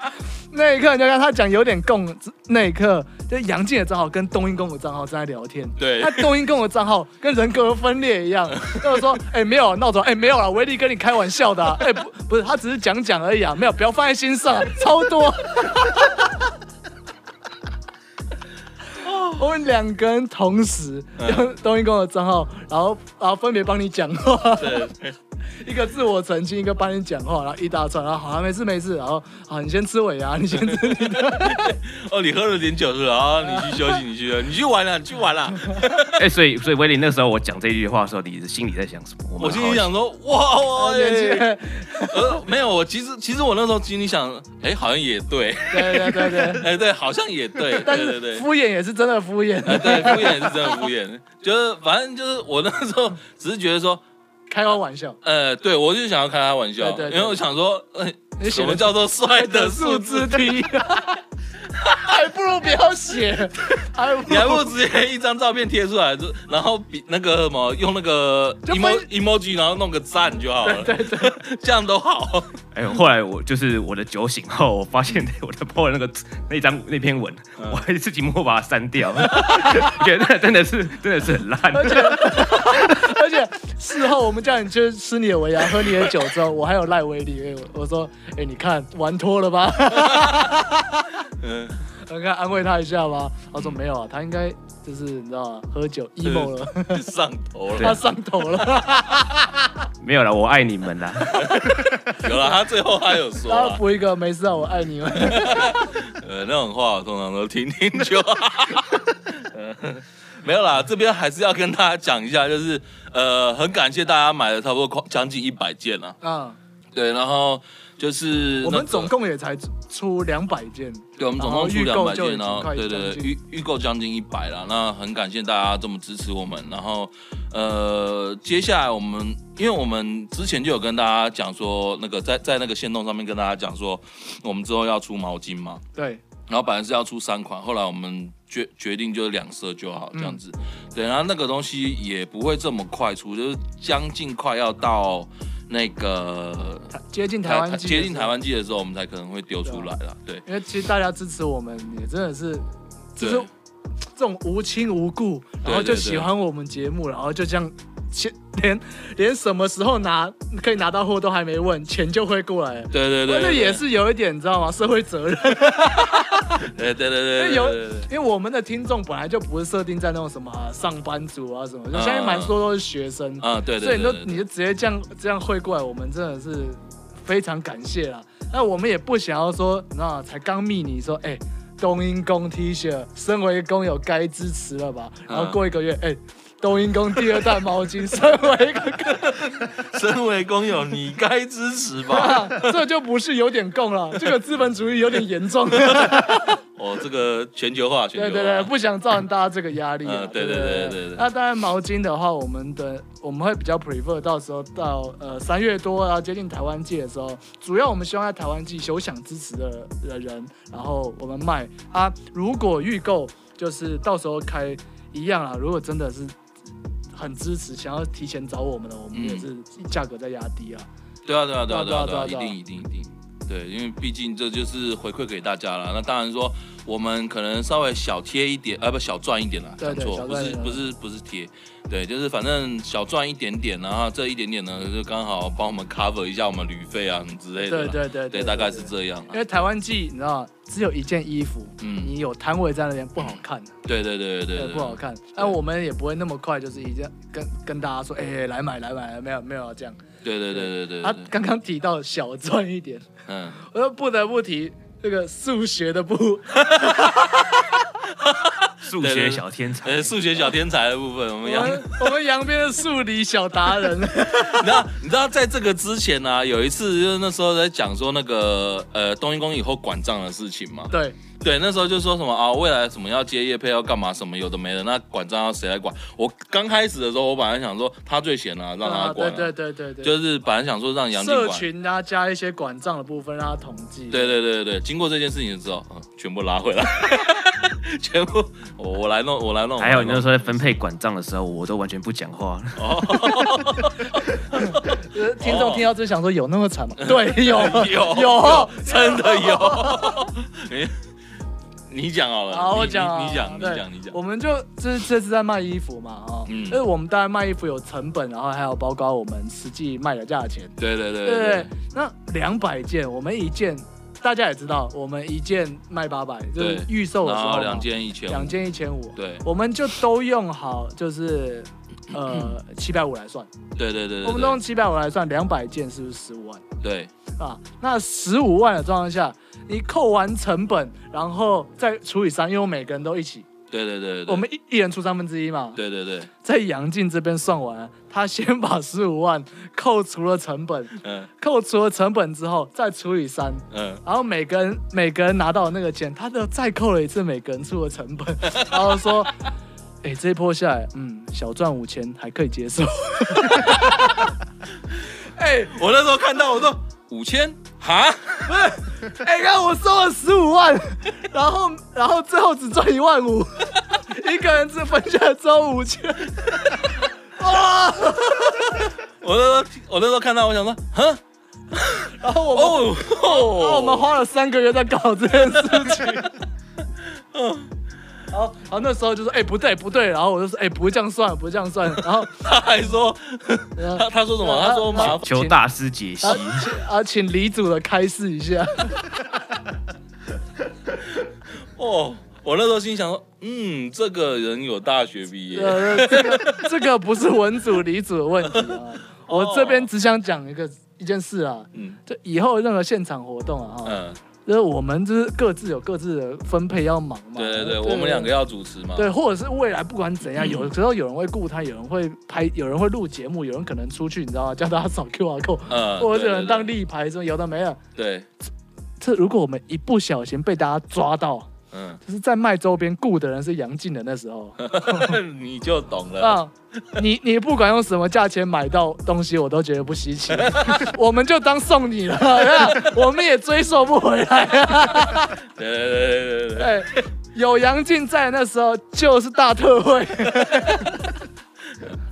那一刻，你就看他讲有点共。那一刻，就是杨静的账号跟冬阴功的账号正在聊天。
对
他冬阴功的账号跟人格分裂 一样，就是说，哎、没有闹钟，哎、没有啦，维力跟你开玩笑 的、啊，哎、不，不是，他只是讲讲而已啊，没有，不要放在心上、超 多。我们两个人同时
嗯
用冬阴功的账号，然后然后分别帮你讲话。
对，对
一个自我澄清，一个帮你讲话，然后一大串，然后好啊了，没事没事，然后好，你先吃尾牙，你先吃你的，
哦，你喝了点酒是吧？啊，你去休息，你去休息，你去玩了，你去玩 了。
哎、所以所以威力那时候我讲这句话的时候，你的心里在想什么？我
我
们
心里想说，哇，哇，
年 轻
哎
人，
呃，没有，我其实其实我那时候心里想，哎，好像也对，
对对对 对，
哎，对，好像也对，
但
对对
是
对。
敷衍也是真的敷衍，
呃，对，敷衍是真的敷衍，就是反正就是我那时候只是觉得说，
开个玩 笑，
呃，对我就想要开他玩笑，
对对对
因为我想说，呃
你，
什
写的
么叫做帅的素质
梯， 还不如不要写，还不
你还不
如
如直接一张照片贴出来，就然后比那个什么用那个
就分
emo emoji，然后弄个赞就好了，对对这样都好。
哎呦，后来我就是我的酒醒后，我发现我的 po 的那个那张那篇文，
嗯
我还自己默默把它删掉， 觉得真的是真的是很烂。
而且事后我们叫你去吃你的尾牙，喝你的酒之后，我还有赖威利，我我说，哎、你看玩脱了吧？
嗯，
我看安慰他一下吧。他说没有啊，他应该就是你知道吗？喝酒 emo 了，
上头
对
了
他。上头了，
没有啦，我爱你们啦。
有了，他最后他有说
然后
啦，
补一个没事啊，我爱 你们。
呃，那种话我通常都听听就好。 呃没有啦，这边还是要跟大家讲一下，就是呃，很感谢大家买了差不多快将近一百件啦、
啊，
对，然后就是
我
那个
们总共也才出两百件，
对，我们总共出
然
两
后
百
预购就已
件，
经
然后
快
对对
将
对，
近
预预购将近一百啦。那很感谢大家这么支持我们。然后呃，接下来我们，因为我们之前就有跟大家讲说，那个在在那个线动上面跟大家讲说，我们之后要出毛巾嘛，
对，
然后本来是要出三款，后来我们决决定就是两色就好这样
嗯
子。对，然后那个东西也不会这么快出，就是将近快要到那个
台接近台湾季的时候
接近台，湾季的时候，我们才可能会丢出来啦。对。
因为其实大家支持我们也真的是，
对
就是这种无亲无故，然
对
后
对
就
对
喜欢我们节目，然后就这样。先 连连什么时候拿可以拿到货都还没问，钱就会过来了，
对对对，
那
对
也是有一点你知道吗？社会责任。
对对对对，
有
对对对
因为我们的听众本来就不是设定在那种什么上班族啊什么，就
嗯
现在蛮多都是学生，
啊，对
所
对
以你
对
就
对
你
对，
就直接这样这样汇过来，我们真的是非常感谢啦。那我们也不想要说，你知道吗才刚密你说，哎、冬阴功 T 恤，身为工友该支持了吧？
啊
然后过一个月，哎、冬阴功第二代毛巾，身为一个
身为工友，你该支持吧？
啊，这就不是有点共了，这个资本主义有点严重。
哦，这个全球化，全球
对
化，
对对，不想造成大家这个压力、啊
啊嗯对
对
对对对对
那当然，毛巾的话，我们的我们会比较 prefer 到时候到呃三月多啊，接近台湾季的时候，主要我们希望在台湾季有想支持的的人，然后我们卖啊。如果预购就是到时候开一样啊，如果真的是。很支持，想要提前找我们的，我们
嗯
也是价格在压低啊。
对啊对啊对啊对
对
啊
啊
对
对
啊，
啊
一
对啊
定一定一定，对，因为毕竟这就是回馈给大家了。那当然说，我们可能稍微小贴一点，呃，不小赚一点啦，
对
讲
对
错，
小
不
赚一
是
点
不是不是贴，对，就是反正小赚一点点，然后这一点点呢，就刚好帮我们 cover 一下我们旅费啊什么之类
对
的
对
啦，
对对
对，大概是。这样啦啊
因。为台湾季，你知道，只有一件衣服，
嗯
你有摊位在那边不好看。
对对对对
对，
对
不好
对，
看。但我们也不会那么快，就是一定要跟跟大家说，哎、来买来买，没有没有啊要这样。
对对对对对
他
对，
刚刚提到小赚一点，
嗯，
我又不得不提这个数学的部，
数
对对
学
对
小天才
呃，，数学小天才的部分，我
我
们杨
们我们杨边的数理小达 人，
你知道，你知道在这个之前呢、有一次就是那时候在讲说那个呃冬阴功以后管账的事情嘛，
对
对，那时候就说什么啊，未来什么要接业配要干嘛什么有的没的，那管账要谁来管？我刚开始的时候，我本来想说他最闲啊，让他
啊，
管
对
啊、
对对对对，
就是本来想说让杨静
社
管，
群啊加一些管账的部分让他统计，
对对对对对，经过这件事情之后，嗯全部拉回来， 全部我我来弄，我来弄，
还有
我
你
来
那
弄
时候在分配管账的时候，我都完全不讲话。
哦
呃，听众听到就想说有那么惨吗？ 对，有
有
有。
真的有，你你讲 好了，
好，
你
我讲啊
你你讲，你
对
讲，你讲
我，们就这这次在卖衣服嘛，哦，
嗯
因为我们当然卖衣服有成本，然后还有包括我们实际卖的价钱，
对对对
对那两百件，我们一件大家也知道，我们一件卖八百，就是
对
预售的时
然
候
后
嘛
两件一千，
两件一千五，
对
我们就都用好，就是 呃七百五来算，
对对对
我们都用七百五来算，两百件是不是十五万？
对
啊，那十五万的状况下，你扣完成本，然后再除以三，因为我每个人都一起，
对对对对，
我们一一人出三分之一嘛。
对对对，
在杨静这边算完，他先把十五万扣除了 成本，
嗯
扣除了成本之后再除以三，
嗯，
然后每个人每个人拿到那个钱，他都再扣了一次每个人出的成本， 然后说，哎、这一波下来，嗯，小赚五千还可以接 哎受。哎、
我那时候看到我说五千哈，
哎、看我收了十五万，然后然后最后只赚一万五，一个人只分下来只有五千。哇！
我那时候我那时候看到，我想说，哼，
然后我们、
哦
然后我们
哦，
花了三个月在搞这件事情。
哦
然后，然后那时候就说，哎、不对，不对。然后我就说，哎、不会这样算，不会这样 算。然后，
他还说，
然
他
后
他说什么？他说麻烦
求大师解析。
啊，请李主的开示一 下。
哦。我那时候心想说，嗯，这个人有大学毕业，
呃，这个 这个不是文组理组的问题啊，
哦
我这边只想讲一个一件事啊，
嗯
就以后任何现场活动啊，哈，
嗯，
就是我们就是各自有各自的分配要忙嘛，
对对对，我们两个。要主持嘛，
对，或者是未来不管怎样，
嗯
有时候有人会顾他，有人会拍，有人会录节目，有人可能出去，你知道吗？叫大家扫 QR code，
嗯，
或者有
对
人当，立牌，什么有的没有。
对对，对
这如果我们一不小心被大家抓到，
嗯，
就是在卖周边雇的人是杨静的那时候，
你就懂了，
啊，你你不管用什么价钱买到东西，我都觉得不稀 奇，我们就当送你了，我们也追溯不 回来啊。
对对对对对对，
哎，有杨静在那时候就是大特惠，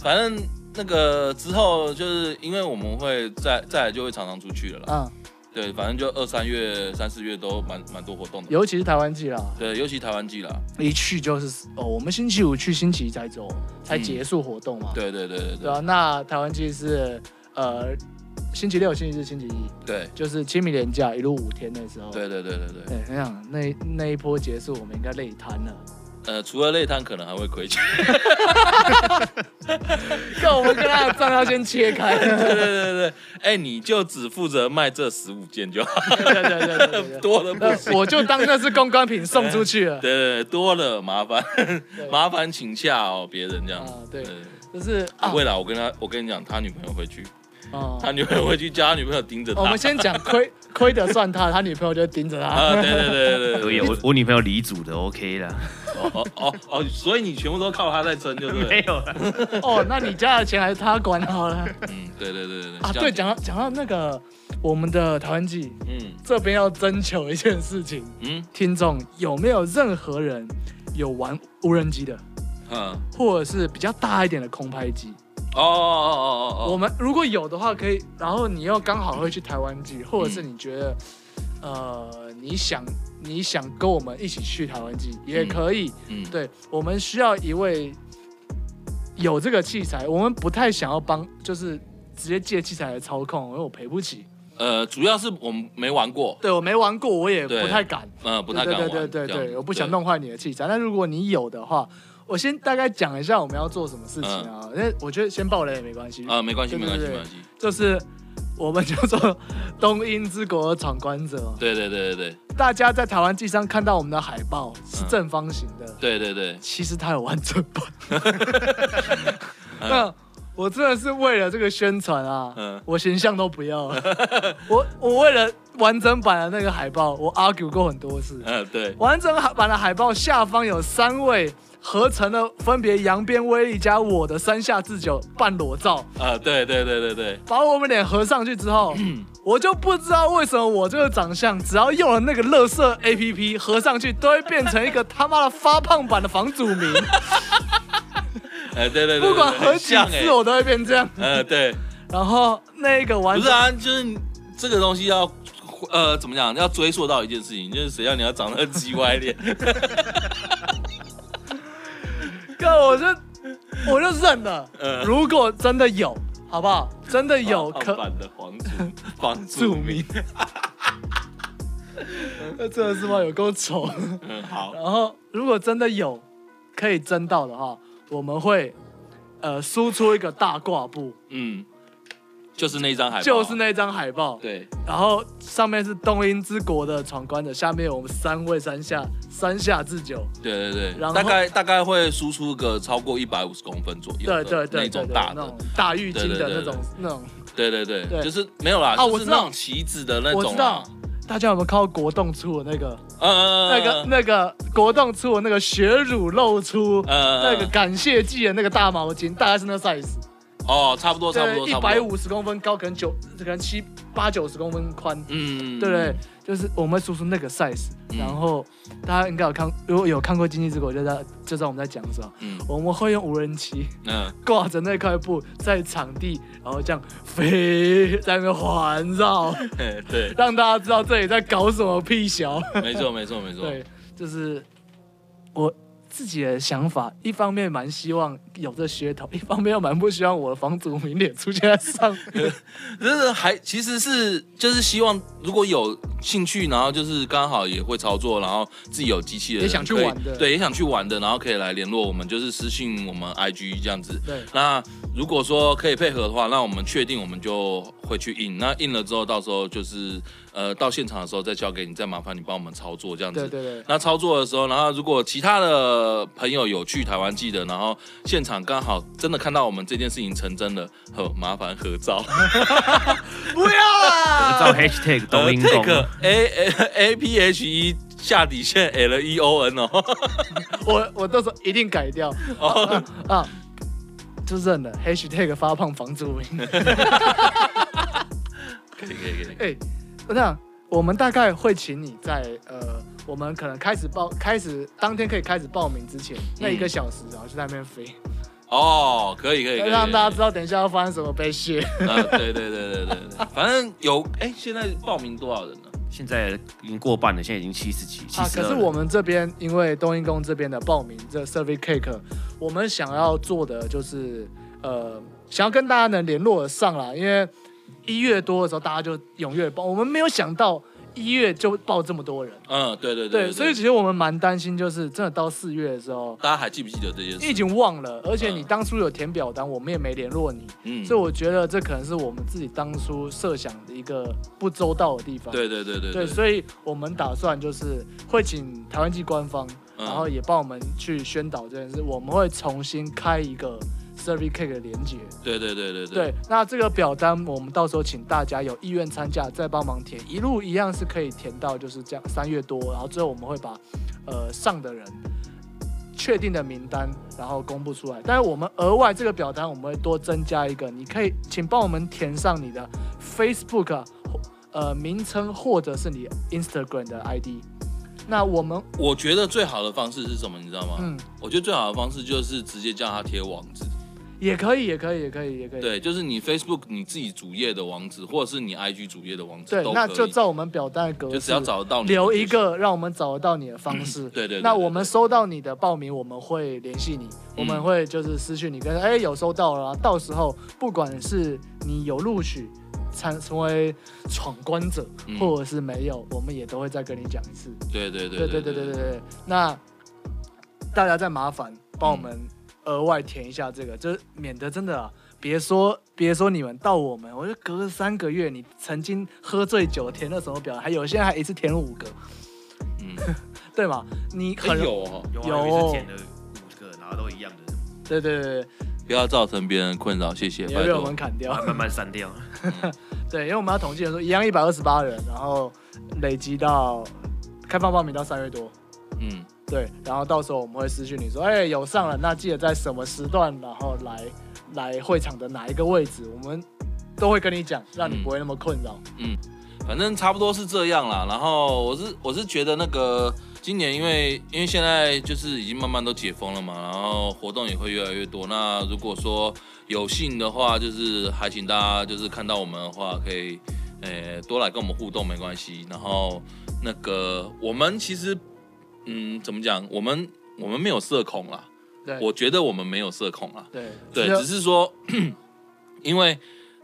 反正那个之后就是因为我们会再再来就会常常出去了啦，
啊，
对，反正就二三月、三四月都蛮蛮多活动的，
尤其是台湾季啦，
对，尤其台湾季啦，
一去就是哦，我们星期五去，星期一才走，才结束活动嘛。
嗯对对对对
对
对
啊，那台湾季是呃星期六、星期日、星期一，
对
就是清明连假一路五天那时候。。
对对对对对，
对，想想那那一波结束，我们应该累瘫了。
呃，除了累瘫可能还会亏钱，
那我们跟他的账要先切开。
对对对对，哎，你就只负责卖这十五件就好，
对对对对对对。
多了不行，
那我就当那是公关品送出去了。
对对对，多了麻烦 麻烦请假哦，别人这样
啊，对，
对。
就是啊
不，会啦，我跟他，我跟你讲，他女朋友会去，
哦
他女朋友会去，叫他女朋友盯着他。
我们先讲亏亏的算他，他女朋友就盯着他。
啊，对对对对
可
对
以，我我女朋友离组的 OK 啦，
哦哦哦哦，所以你全部都靠他在撑，就
没
对了。
有啦，
哦，那你家的钱还是他管好了
嗯，对对对对
啊？对，，讲到讲到那个我们的台湾记
这样嗯
这边要征求一件事情，
嗯
听众有没有任何人有玩无人机的，
嗯，
或者是比较大一点的空拍机？
哦哦
我
哦哦哦，
们如果有的话，可以。然后你又刚好会去台湾季，或者是你觉得，呃，你想你想跟我们一起去台湾季也可以。
嗯，
对，我们需要一位有这个器材，我们不太想要帮，就是直接借器材来操控，因为我赔不起。
呃，主要是我们没玩过，
对我没玩过，我也
对
不太敢。
嗯，不太
对
敢玩，
对对对
这样
对，我不想。弄坏你的器材。但如果你有的话，我先大概讲一下我们要做什么事情啊。
嗯
那、我觉得先爆雷也没关系
对啊，没关系，
对
没
对
关系，
对
没关系。
就是我们叫做东英之国的闯关者。
对对对对
大家在台湾记上看到我们的海报
嗯
是正方形的，
对对对对，
其实它有完整版。
嗯
那我真的是为了这个宣传啊，
嗯
我形象都不要了。我我为了完整版的那个海报，我 argue 过很多次。
嗯对，
完整版的海报下方有三位合成的，分别扬鞭威利加我的山下智久半裸照。
啊对对对对对，
把我们脸合上去之 后，我就不知道为什么我这个长相，只要用了那个乐色 A P P 合上去，都会变成一个他妈的发胖版的房祖 名。
哎对对对，
不管合几
像
次，我都会变这样。
嗯对，
然后那个完
不是
整，
啊，就是这个东西要。呃，怎么讲？要追溯到一件事情，就是谁让你要长得鸡歪 脸？
哥，我就我就认了。
呃
如果真的有，好不好？真的有
可
可
版的房 主，房
祖
主
名
名。，
那真的是吗？有够丑。
嗯，好，
然后如果真的有可以争到的话，我们会呃输出一个大挂布。
嗯，就是那张海报，
就是那张海报，
对，
然后上面是东英之国的闯关者，下面有我们三位山下山下智久，
对对对，
然后
大概大概会输出个超过一百五十公分左右
对
的，
对对
那
对
种
对，
大
那
的
种，大浴
对
巾的
对对
那
对
种那种，
对对对，
对
就是没有啦，
啊
就
我
是
知
那
道
种棋子的那
我
种
知
啦
道，。大家有没有看过国栋出的那个
嗯
那个那个国栋出的那个血乳露出
呃
那个感谢祭的那个大毛巾，大概是那 size。
哦，差不多，差不
对，
多，
一
差不
百
多。
五十公分高，可能九，可能七八九十公分宽，
嗯，
对不对？就是我们叔叔那个 size，、
嗯
然后大家应该有看，如果有看过《经济之国》，就知道就知道我们在讲什么。
嗯
我们会用无人机
嗯，
挂着那块布在场地，然后这样飞，在那边环绕，
嘿嗯 对，
让大家知道这里在搞什么屁小。
没错，没错，没错。
对，就是我自己的想法，一方面蛮希望有这噱头，一方面又蛮不希望我的房祖名脸出现在上面。
真的还其实是就是希望，如果有兴趣，然后就是刚好也会操作，然后自己有机器的人
也想去
可以
玩的
对，也想去玩的，然后可以来联络我们，就是私信我们 IG 这样子。
对，
那如果说可以配合的话，那我们确定我们就会去印。那印了之后，到时候就是呃到现场的时候再交给你，再麻烦你帮我们操作这样子。
对对对，
那操作的时候，然后如果其他的朋友有去台湾记得，然后现场刚好真的看到我们这件事情成真了，呵，麻烦合照。
不要啦！
照 hashtag 抖音
这
功，
个呃 A A A P H E 下底线 L E O N 哦，
我我到时候一定改掉
哦，
啊，就认了。#hashtag 发胖房祖 名。
可以可以可以，
哎、我想我们大概会请你在呃，我们可能开始报开始当天可以开始报名之前那一个小时，然后就在那边飞，
哦，可以可以，可以
让大家知，道等一下要发生什么悲剧。
呃，对对对对对对，反正有，哎，现在报名多少人呢？
现在已经过半了，现在已经七十几，七
啊，
十
可
二。
是我们这边因为冬阴功这边的报名这 survey cake，我们想要做的就是呃，想要跟大家能联络得上啦，因为一月多的时候大家就踊跃报，我们没有想到一月就报这么多人，
嗯，对对
对，所以其实我们蛮担心，就是真的到四月的时候。
大家还记不记得这件
你已
事？
经忘了，而且你
嗯
当初有填表单，我们也没联络你，
嗯
所以我觉得这可能是我们自己当初设想的一个不周到的地方。
对对对对
对，所以我们打算就是会请台湾籍官方，
嗯
然后也帮我们去宣导这件事。我们会重新开一个 Survey Cake 的连接。
对对对对
对，那这个表单我们到时候请大家有意愿参加再帮忙填，一路一样是可以填到就是这样三月多，然后最后我们会把呃上的人确定的名单然后公布出来。但是我们额外这个表单我们会多增加一个，你可以请帮我们填上你的 Facebook 啊或呃名称或者是你 Instagram 的 ID。那我们
我觉得最好的方式是什么，你知道吗？
嗯
我觉得最好的方式就是直接叫他贴网址，
也可以，也可以，也可以，也可以。
对，就是你 Facebook 你自己主页的网址，或者是你 IG 主页的网址
对
都
那
可
就
以，
照我们表单的格式，
就只要找得到你就
留一
行，
个让我们找得到你的方式。
对对对
那
对
我们
对嗯
收到你的报名，我们会联系你，我们会就是私讯你跟哎有收到了啊，到时候不管是你有录取。成成为闯关者，
嗯
或者是没有，我们也都会再跟你讲一次。
对对对
对对对对对对。那大家再麻烦帮我
嗯
们额外填一下这个，就是免得真的啊，别说别说你们到我们，我就隔个三个月，你曾经喝醉酒填了什么表，还有些还一次填五个，
嗯，
对吗？你
哎
很
有哦，
有啊，
有
有一
哦
次剪了五个，然后都一样的，
对对对对，
不要造成别人困扰，谢谢，
你
拜
要被我
托
们。砍掉
然。后慢慢删掉。
对，因为我们要统计的时候，一样一百二十八人，然后累积到开放报名到三月多。
嗯，
对，然后到时候我们会私讯你说，哎、有上了，那记得在什么时段，然后来来会场的哪一个位置，我们都会跟你讲，让
嗯
你不会那么困扰。
反正差不多是这样啦。然后我是我是觉得那个今年因为因为现在就是已经慢慢都解封了嘛，然后活动也会越来越多。那如果说有幸的话，就是还请大家就是看到我们的话，可以呃多来跟我们互动没关系。然后那个我们其实嗯怎么讲，我们我们没有社恐啦，
对，
我觉得我们没有社恐啦。
对啊
对，只是说， 因为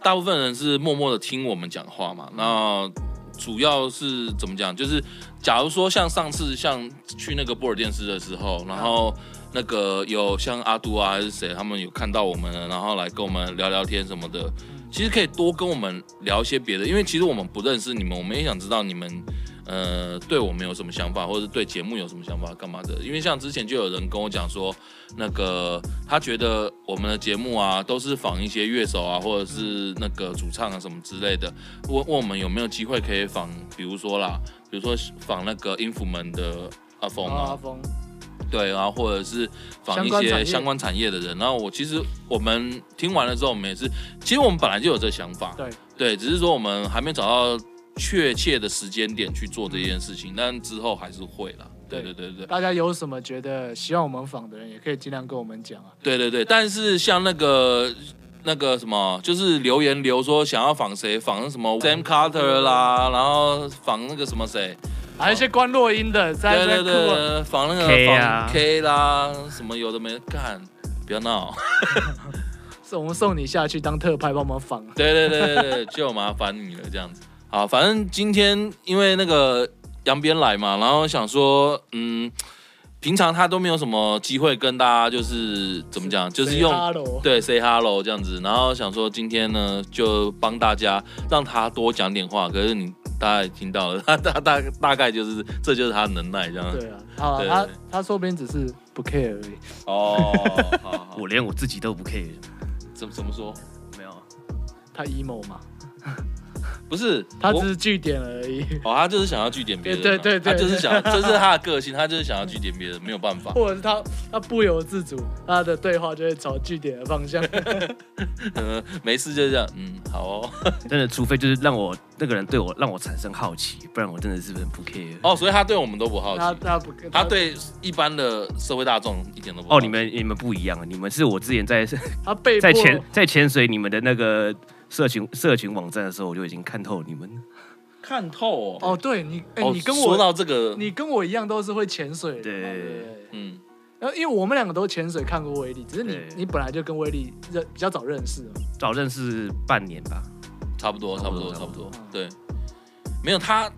大部分人是默默的听我们讲话嘛，那主要是怎么讲？就是假如说像上次像去那个波尔电视的时候，然后那个有像阿都啊还是谁，他们有看到我们了，然后来跟我们聊聊天什么的。其实可以多跟我们聊一些别的，因为其实我们不认识你们，我们也想知道你们，呃，对我们有什么想法，或者是对节目有什么想法，干嘛的？因为像之前就有人跟我讲说，那个他觉得我们的节目啊，都是仿一些乐手啊，或者是那个主唱啊什么之类的，问问我们有没有机会可以仿，比如说啦，比如说仿那个音符门的阿峰
阿
啊，
峰，
对，然后或者是访一
相关产
些
业
相关产业的人。然后我其实我们听完了之后，我们也是，其实我们本来就有这想法，
对
对，只是说我们还没找到确切的时间点去做这件事情，但之后还是会啦。对对
嗯对
对对
大家有什么觉得希望我们访的人，也可以尽量跟我们讲啊。
对对对，但是像那个那个什么，就是留言留说想要仿谁，仿什么 Sam Carter 啦，然后仿那个什么谁，
还有一些关落音的，在
对
在
对
哭
对
啊。
对，仿那个
K 啊
仿 K 啦，什么有的没的干，不要闹。
是我们送你下去当特派帮忙访啊。
对对对对对，就麻烦你了这样子。好，反正今天因为那个杨边来嘛，然后想说，嗯，平常他都没有什么机会跟大家就是怎么讲，就是
Say
用
hello
对 say hello 这样子，然后想说今天呢就帮大家让他多讲点话，可是你大家也听到了，他 大大大概就是这就是他的能耐这样子。
对啊，好啊，
嗯对
他
对
他说不定只是不 care 而已。
哦，好好，
我连我自己都不 care，
怎么怎么说？
没有，啊
他 emo 嘛，
不是
他
我
只是据点而已，
哦，他就是想要据点别人啊、
对对对对
他就是想，这是他的个性，他就是想要据点别人，没有办法，
或者是他他不由自主，他的对话就会朝据点的方 向。
嗯，没事就这样，嗯，好哦，
真的，除非就是让我那个人对我让我产生好奇，不然我真的是很不 care。
哦，所以他对我们都不好
他
奇，
他不，
他对一般的社会大众一点都不好
哦，
奇
你们你们不一样啊，你们是我之前在
他被迫
在潜在潜水你们的那个社群社群网站的时候，我就已经看透你们了。
看透哦，
哦，对你哎、
哦
你跟
说
我
到这个，
你跟我一样都是会潜水的嘛，
对
对不对。
嗯，
然后因为我们两个都潜水看过威力，只是你
对
你本来就跟威力认比较早认识嘛。
早认识半年吧，
差不多，差
差
不
不
多，
多
差不多
差不多，
对，没有他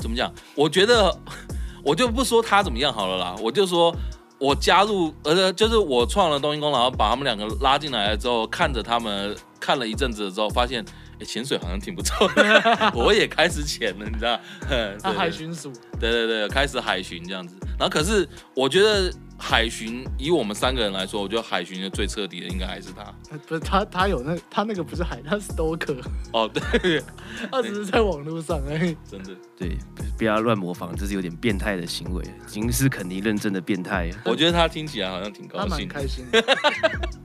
怎么讲？我觉得 我就不说他怎么样好了啦，我就说。我加入，呃，就是我创了东英宫，然后把他们两个拉进来了之后，看着他们看了一阵子之后，发现，哎，潜水好像挺不错的， 我也开始潜了，你知道？哼
他
对
海巡署
对对对，开始海巡这样子。然后可是我觉得海巡，以我们三个人来说，我觉得海巡的最彻底的应该还是他。
呃不是他他有那他那个不是海，他是 stalker，
哦，对，
他只是在网络上而已。
真的，
对，不不要乱模仿，这是有点变态的行为，已经是肯尼认证的变态了。
我觉得他听起来好像挺
他
高
蛮
兴的。
开心 的，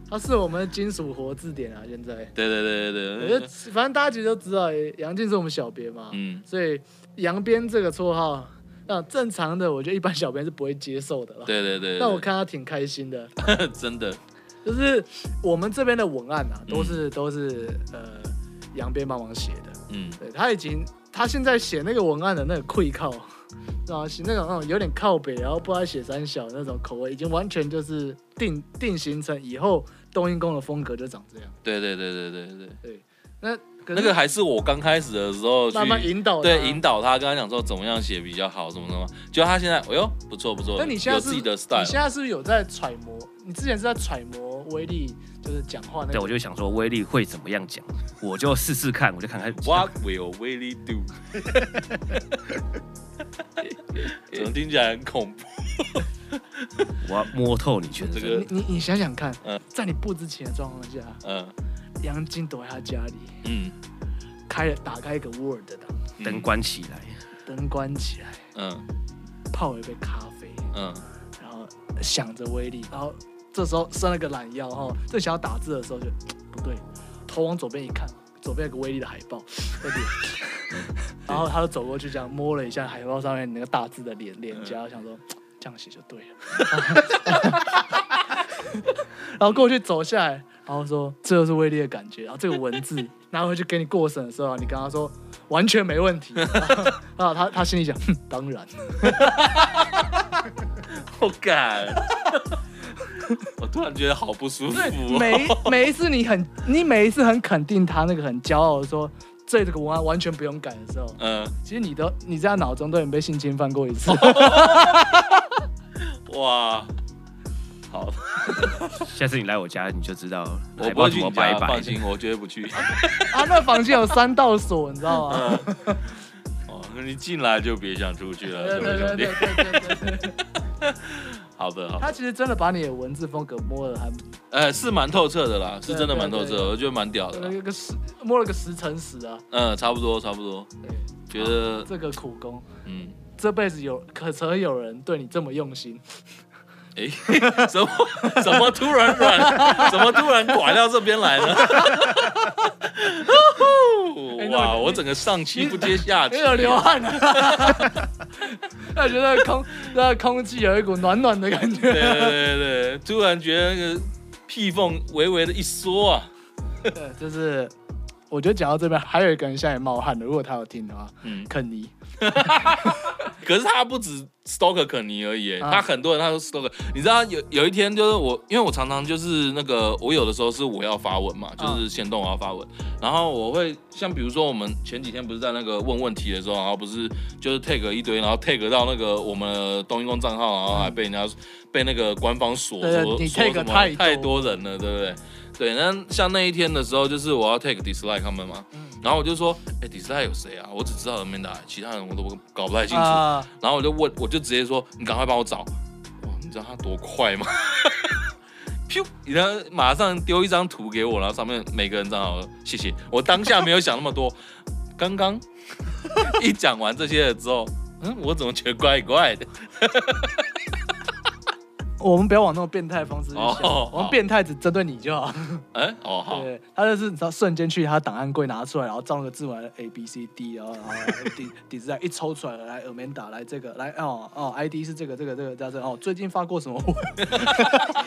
他是我们的金属活字典啊，现在。
对对对
我
对
觉
对
得
对，
反正大家其实都知道，杨静是我们小编嘛，
嗯，
所以杨编这个绰号，那正常的我觉得一般小编是不会接受的啦。
对对对。
但我看他挺开心的，
看真的，
就是我们这边的文案啊，都是、都是呃杨编帮忙写的。
嗯，
对他已经，他现在写那个文案的那个愧靠， 然后写那种那种有点靠北，然后不知道写三小那种口味，已经完全就是定定型成以后冬阴功的风格就长这样。
对对对对对对对。
那可
那
是
个还是我刚开始的时候去
慢慢引导，
对引。导他，跟他讲说怎么样写比较好，什么什么。就他现在，哎呦，不错不错，
那你现在
有
是
自己的
你
style，
现在是不是有在揣摩？你之前是在揣摩威力，就是讲话那
对，
种
我。就想说威力会怎么样讲，我就试试看，我就看看。
What will Willie do？怎么听起来很恐怖？
我要摸透你全
这个
身。
你你你想想看
嗯，
在你不知情的状况下，
嗯
杨金躲在他家里，
嗯
开了打开一个 Word 档，
灯关起来，
灯关起来，
嗯
泡了一杯咖啡，
嗯，
然后想着威力，然后这时候伸了个懒腰，哈，正想要打字的时候就不对，头往左边一看，左边有个威力的海报，在脸 然后他就走过去这样摸了一下海报上面那个大字的脸脸颊，想说这样写就对了， 然后过去走下来，然后说这就是威力的感觉，然后这个文字拿回去给你过审的时候，你跟他说完全没问题，然 后然后他他心里想，哼当然。
我 感，我突然觉得好不舒服、
对，
哦。
每每一次你很，你每一次很肯定他那个很骄傲的说这个文案完全不用改的时候，
嗯，
其实你都你在他脑中都已经被性侵犯过一次。
哇，好，
下次你来我家你就知道
我
海
不
报
会
怎
去
么
你
摆
家，
一摆
放。心，我绝对不 去。
他啊那房间有三道锁，你知道吗？
哦，你进来就别想出去了，
对
这位
对
兄
对对
弟。
对对对对，
好的，好的，
他其实真的把你的文字风格摸了还，
呃，是蛮透彻的啦，是真的蛮透彻
对对
的，
对
我觉得蛮屌的
呃
啦。
一个十摸了个十乘十啊，
嗯，差不多，差不多，
对，
觉得，
这个苦功，
嗯，
这辈子有可曾有人对你这么用心？
哎，怎么怎么突然软，怎么突然拐到这边来呢？
哎
哇，我整个上气不接下气
没，哎有流 汗了，他觉得空，那空气有一股暖暖的感
对
觉。
对对对，突然觉得那个屁缝微微的一缩啊，
对，就是我觉得讲到这边，还有一个人现在也冒汗了，如果他有听的话，
嗯，
肯尼。
可是他不止 stalker 肯尼而已，
啊
他很多人他都 stalker。你知道有有一天就是我，因为我常常就是那个，我有的时候是我要发文
嗯
嘛，就是先动我要发文，然后我会像比如说我们前几天不是在那个问问题的时候，然后不是就是 tag 一堆，然后 tag 到那个我们的东英公账号，然后啊还被人家、被那个官方锁
对对
说
你
说
tag
什么
太多
太多人了，对不对？对，那像那一天的时候，就是我要 take dislike 他们嘛，然后我就说，哎、d i s l i k e 有谁啊？我只知道 Amanda，其他人我都不搞不太清楚。
啊，
然后我就问，我就直接说，你赶快帮我找。哇，你知道他多快吗？ 噗！然后马上丢一张图给我，然后上面每个人账号，谢谢。我当下没有想那么多，刚刚一讲完这些了之后，嗯，我怎么觉得怪怪的？
我们不要往那种变态方式去想，
哦
我们变态只针对你就好。
哎、哦好，
对，他就是你知道，瞬间去他档案柜拿出来，然后照那个字母来 A B C D，然后然后底 底子来一抽出来，来 Amanda 来这个来哦哦 ID 是这个这个这个这样子哦，最近发过什么文？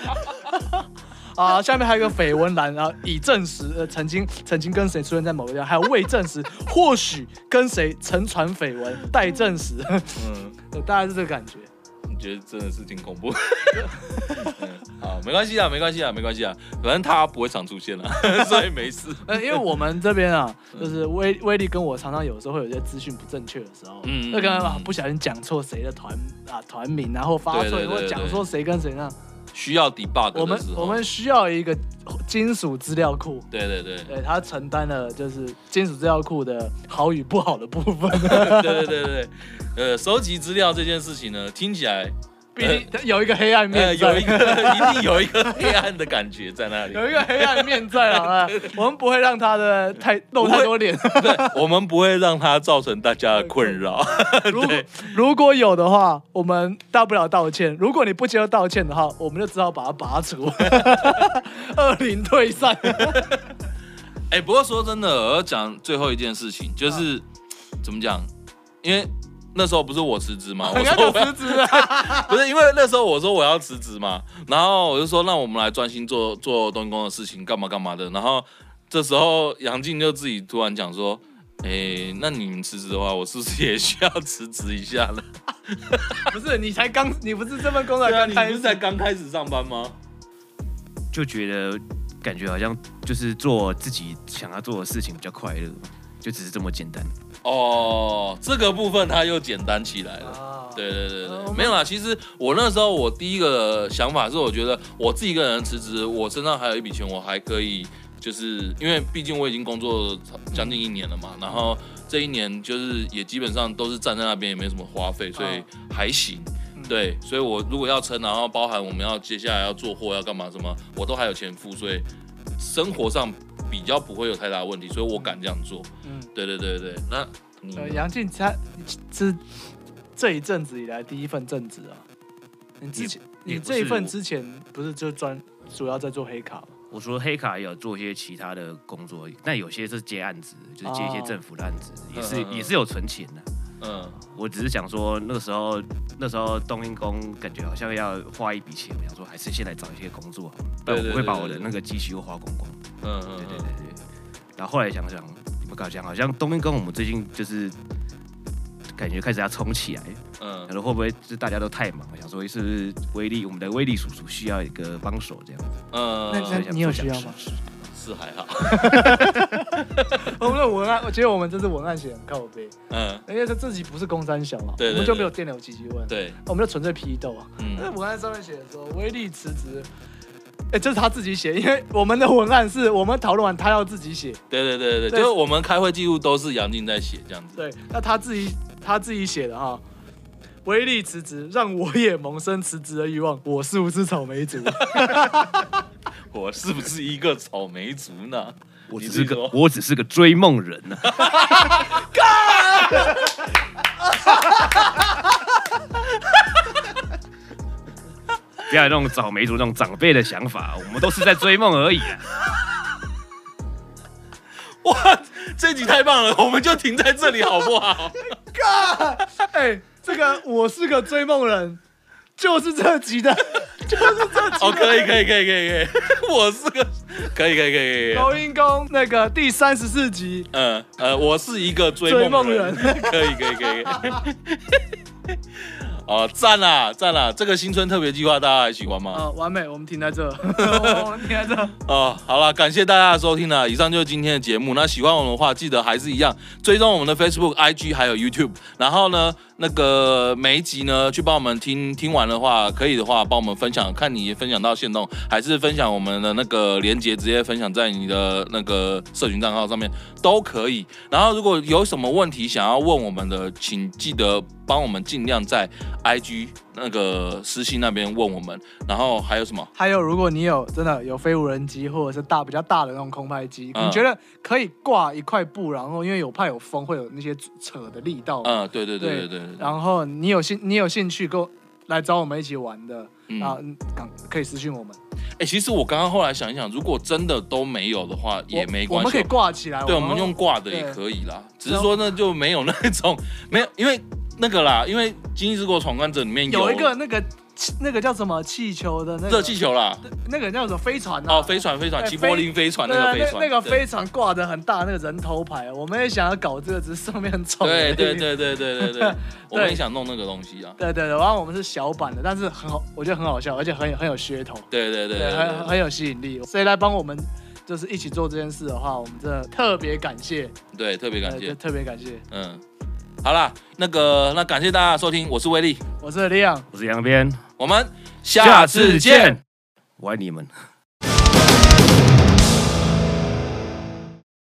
啊，下面还有一个绯闻栏，然后已证实呃曾经曾经跟谁出现在某个地方，还有未证实或许跟谁曾传绯闻待证实，
嗯，
大概是这个感觉。
你觉得真的是挺恐怖。 嗯好，没关系啊，没关系啊，没关系啊，反正他不会常出现了、啊 所以没事。
呃，因为我们这边啊，就是威威力跟我常常有时候会有一些资讯不正确的时候，
嗯
嗯，那个人啊
嗯
不小心讲错谁的团啊团名，然后发
对
错
对对
或
对
讲错谁跟谁呢？
需要 debug
我
的
们
时候，
我们需要一个金属资料库，
对对对，
对他承担了就是金属资料库的好与不好的部分，
对对对对，呃，收集资料这件事情呢，听起来
毕竟它有一个黑暗
呃
面在，
有一个 一定有一个黑暗的感觉在 那里。
有一个黑暗面 在啊，哎我们不会让他的太露太多脸，
对，我们不会让它造成大家的困扰。
如果如果有的话，我们大不了道歉；如果你不接受道歉的话，我们就只好把它 拔除，二零退散。
哎、不过说真的，我要讲最后一件事情，就是、
啊
怎么讲？因为那时候不是我辞职嘛， 我
人家
说我
就
要
辞职了，
不是因为那时候我说我要辞职嘛，然后我就说那我们来专心做做东工的事情，干嘛干嘛的。然后这时候杨静就自己突然讲说，哎、那你们辞职的话，我是不是也需要辞职一下呢？
不是你才刚，你不是这份工作
对啊，
刚
你
开
不是才刚开始上班吗？
就觉得感觉好像就是做自己想要做的事情比较快乐，就只是这么简单。
哦，这个部分它又简单起来了。
啊，
对对对
呃我
对，
们
没有啦。其实哦我那时候我第一个想法是，我觉得我自己一个人辞职，我身上还有一笔钱，我还可以，就是因为毕竟我已经工作将近一年了嘛，然后这一年就是也基本上都是站在那边，也没什么花费，所以还行。
嗯
对，所以我如果要撑，然后包含我们要接下来要做货要干嘛什么，我都还有钱付，所以生活上比较不会有太大的问题，所以我敢这样做。
嗯，
对对对对，那你
呃，杨静他是这一阵子以来第一份正职啊，你之前
也
你
也不
这一份
是我
之前不是就专主要在做黑卡吗？
我除了黑卡也有做一些其他的工作，那有些是接案子，就是接一些政府的案子，也是
嗯嗯嗯
也是有存钱的、
嗯，
我只是想说，那个时候那时候冬阴功感觉好像要花一笔钱，我想说还是先来找一些工作好了，不然
对对
我会把
对
我的
对
那个积蓄又花光光。
嗯嗯
对
嗯
对对对。然后后来想想，我搞想好像冬阴功，我们最近就是感觉开始要冲起来，
嗯
可能会不会是大家都太忙？我想说是不是威力，我们的威力叔叔需要一个帮手这样子？
那
嗯，
那你有需要吗？
是还好，
我们的文案，我觉得我们这次文案写得很靠背，
嗯，
因为他自己不是工三小嘛，
对对
我们就
对
没有电流积极问，哦
对，
我们就纯粹批斗啊。那
嗯，
文案上面写的说威力辞职，哎、这是他自己写，因为我们的文案是我们讨论完他要自己写，
对对对对，
对
就是我们开会记录都是杨静在写这样子，
对，那他自己他自己写的哈。威力辞职，让我也萌生辞职的欲望。我是不是草 莓族？
我是不是一个草莓族呢？
我
你
只
自
是
己
个
说
我只是个追梦人 呐、啊，不要有那种找梅族那种长辈的想法，我们都是在追梦而已、啊。
哇，这集太棒了，我们就停在这里好不好？
哎，这个我是个追梦人，就是这集的，就是这集
哦，可以可以可以可以可以， 我是个可以可以可以可以可
投
以，
音工那个第三十四集，
嗯呃，我是一个追
追
梦
梦
人， 可以可以可以。可以 哦，赞啦赞啦！这个新春特别计划大家一起玩吗？
啊，完美，我们停 在这，我们停在这，
哦，好了，感谢大家的收听了，以上就是今天的节目。那喜欢我们的话，记得还是一样追踪我们的 Facebook、IG 还有 YouTube。然后呢，那个每一集呢，去帮我们听听完的话，可以的话帮我们分享，看你分享到线动，还是分享我们的那个连接，直接分享在你的那个社群账号上面都可以。然后如果有什么问题想要问我们的，请记得帮我们尽量在 IG 那个私信那边问我们。然后还有什么？
还有，如果你有真的有飞无人机，或者是大比较大的那种空拍机，
嗯
你觉得可以挂一块布，然后因为有怕有风会有那些扯的力道，
嗯，对对对对对对。
然后你有兴你有兴趣跟我来找我们一起玩的，
嗯
啊，嗯赶可以私信我们，
哎、其实我刚刚后来想一想，如果真的都没有的话，也没
我
关
我们可以
系。
挂起来，
对，我们用挂的也
对
可以啦，只是说那就没有那种没有，因为那个啦，因为《经济之国闯关者》里面
有一个那个气那个叫什么气球的那个
热气球啦，
那个叫什么飞船啊？
哦，飞船飞船，
对
齐柏林飞船那个
对
飞
啊
船，
那个
对
飞船挂的很大，那个人头牌，我们也想要搞这个，只是上面很丑。
对对对对对对 对，我们也想弄那个东西啊，
对对对，然后我们是小版的，但是很好，我觉得很好笑，而且很有很有噱头，
对对对对
很
对
很有吸引力。谁来帮我们就是一起做这件事的话，我们真的特别感谢，
对，特别感
呃
谢，
特别感谢。
嗯，好啦，那个那感谢大家的收听，我是威力，
我是李昂。
我是杨边，
我们下次见。
我爱你们。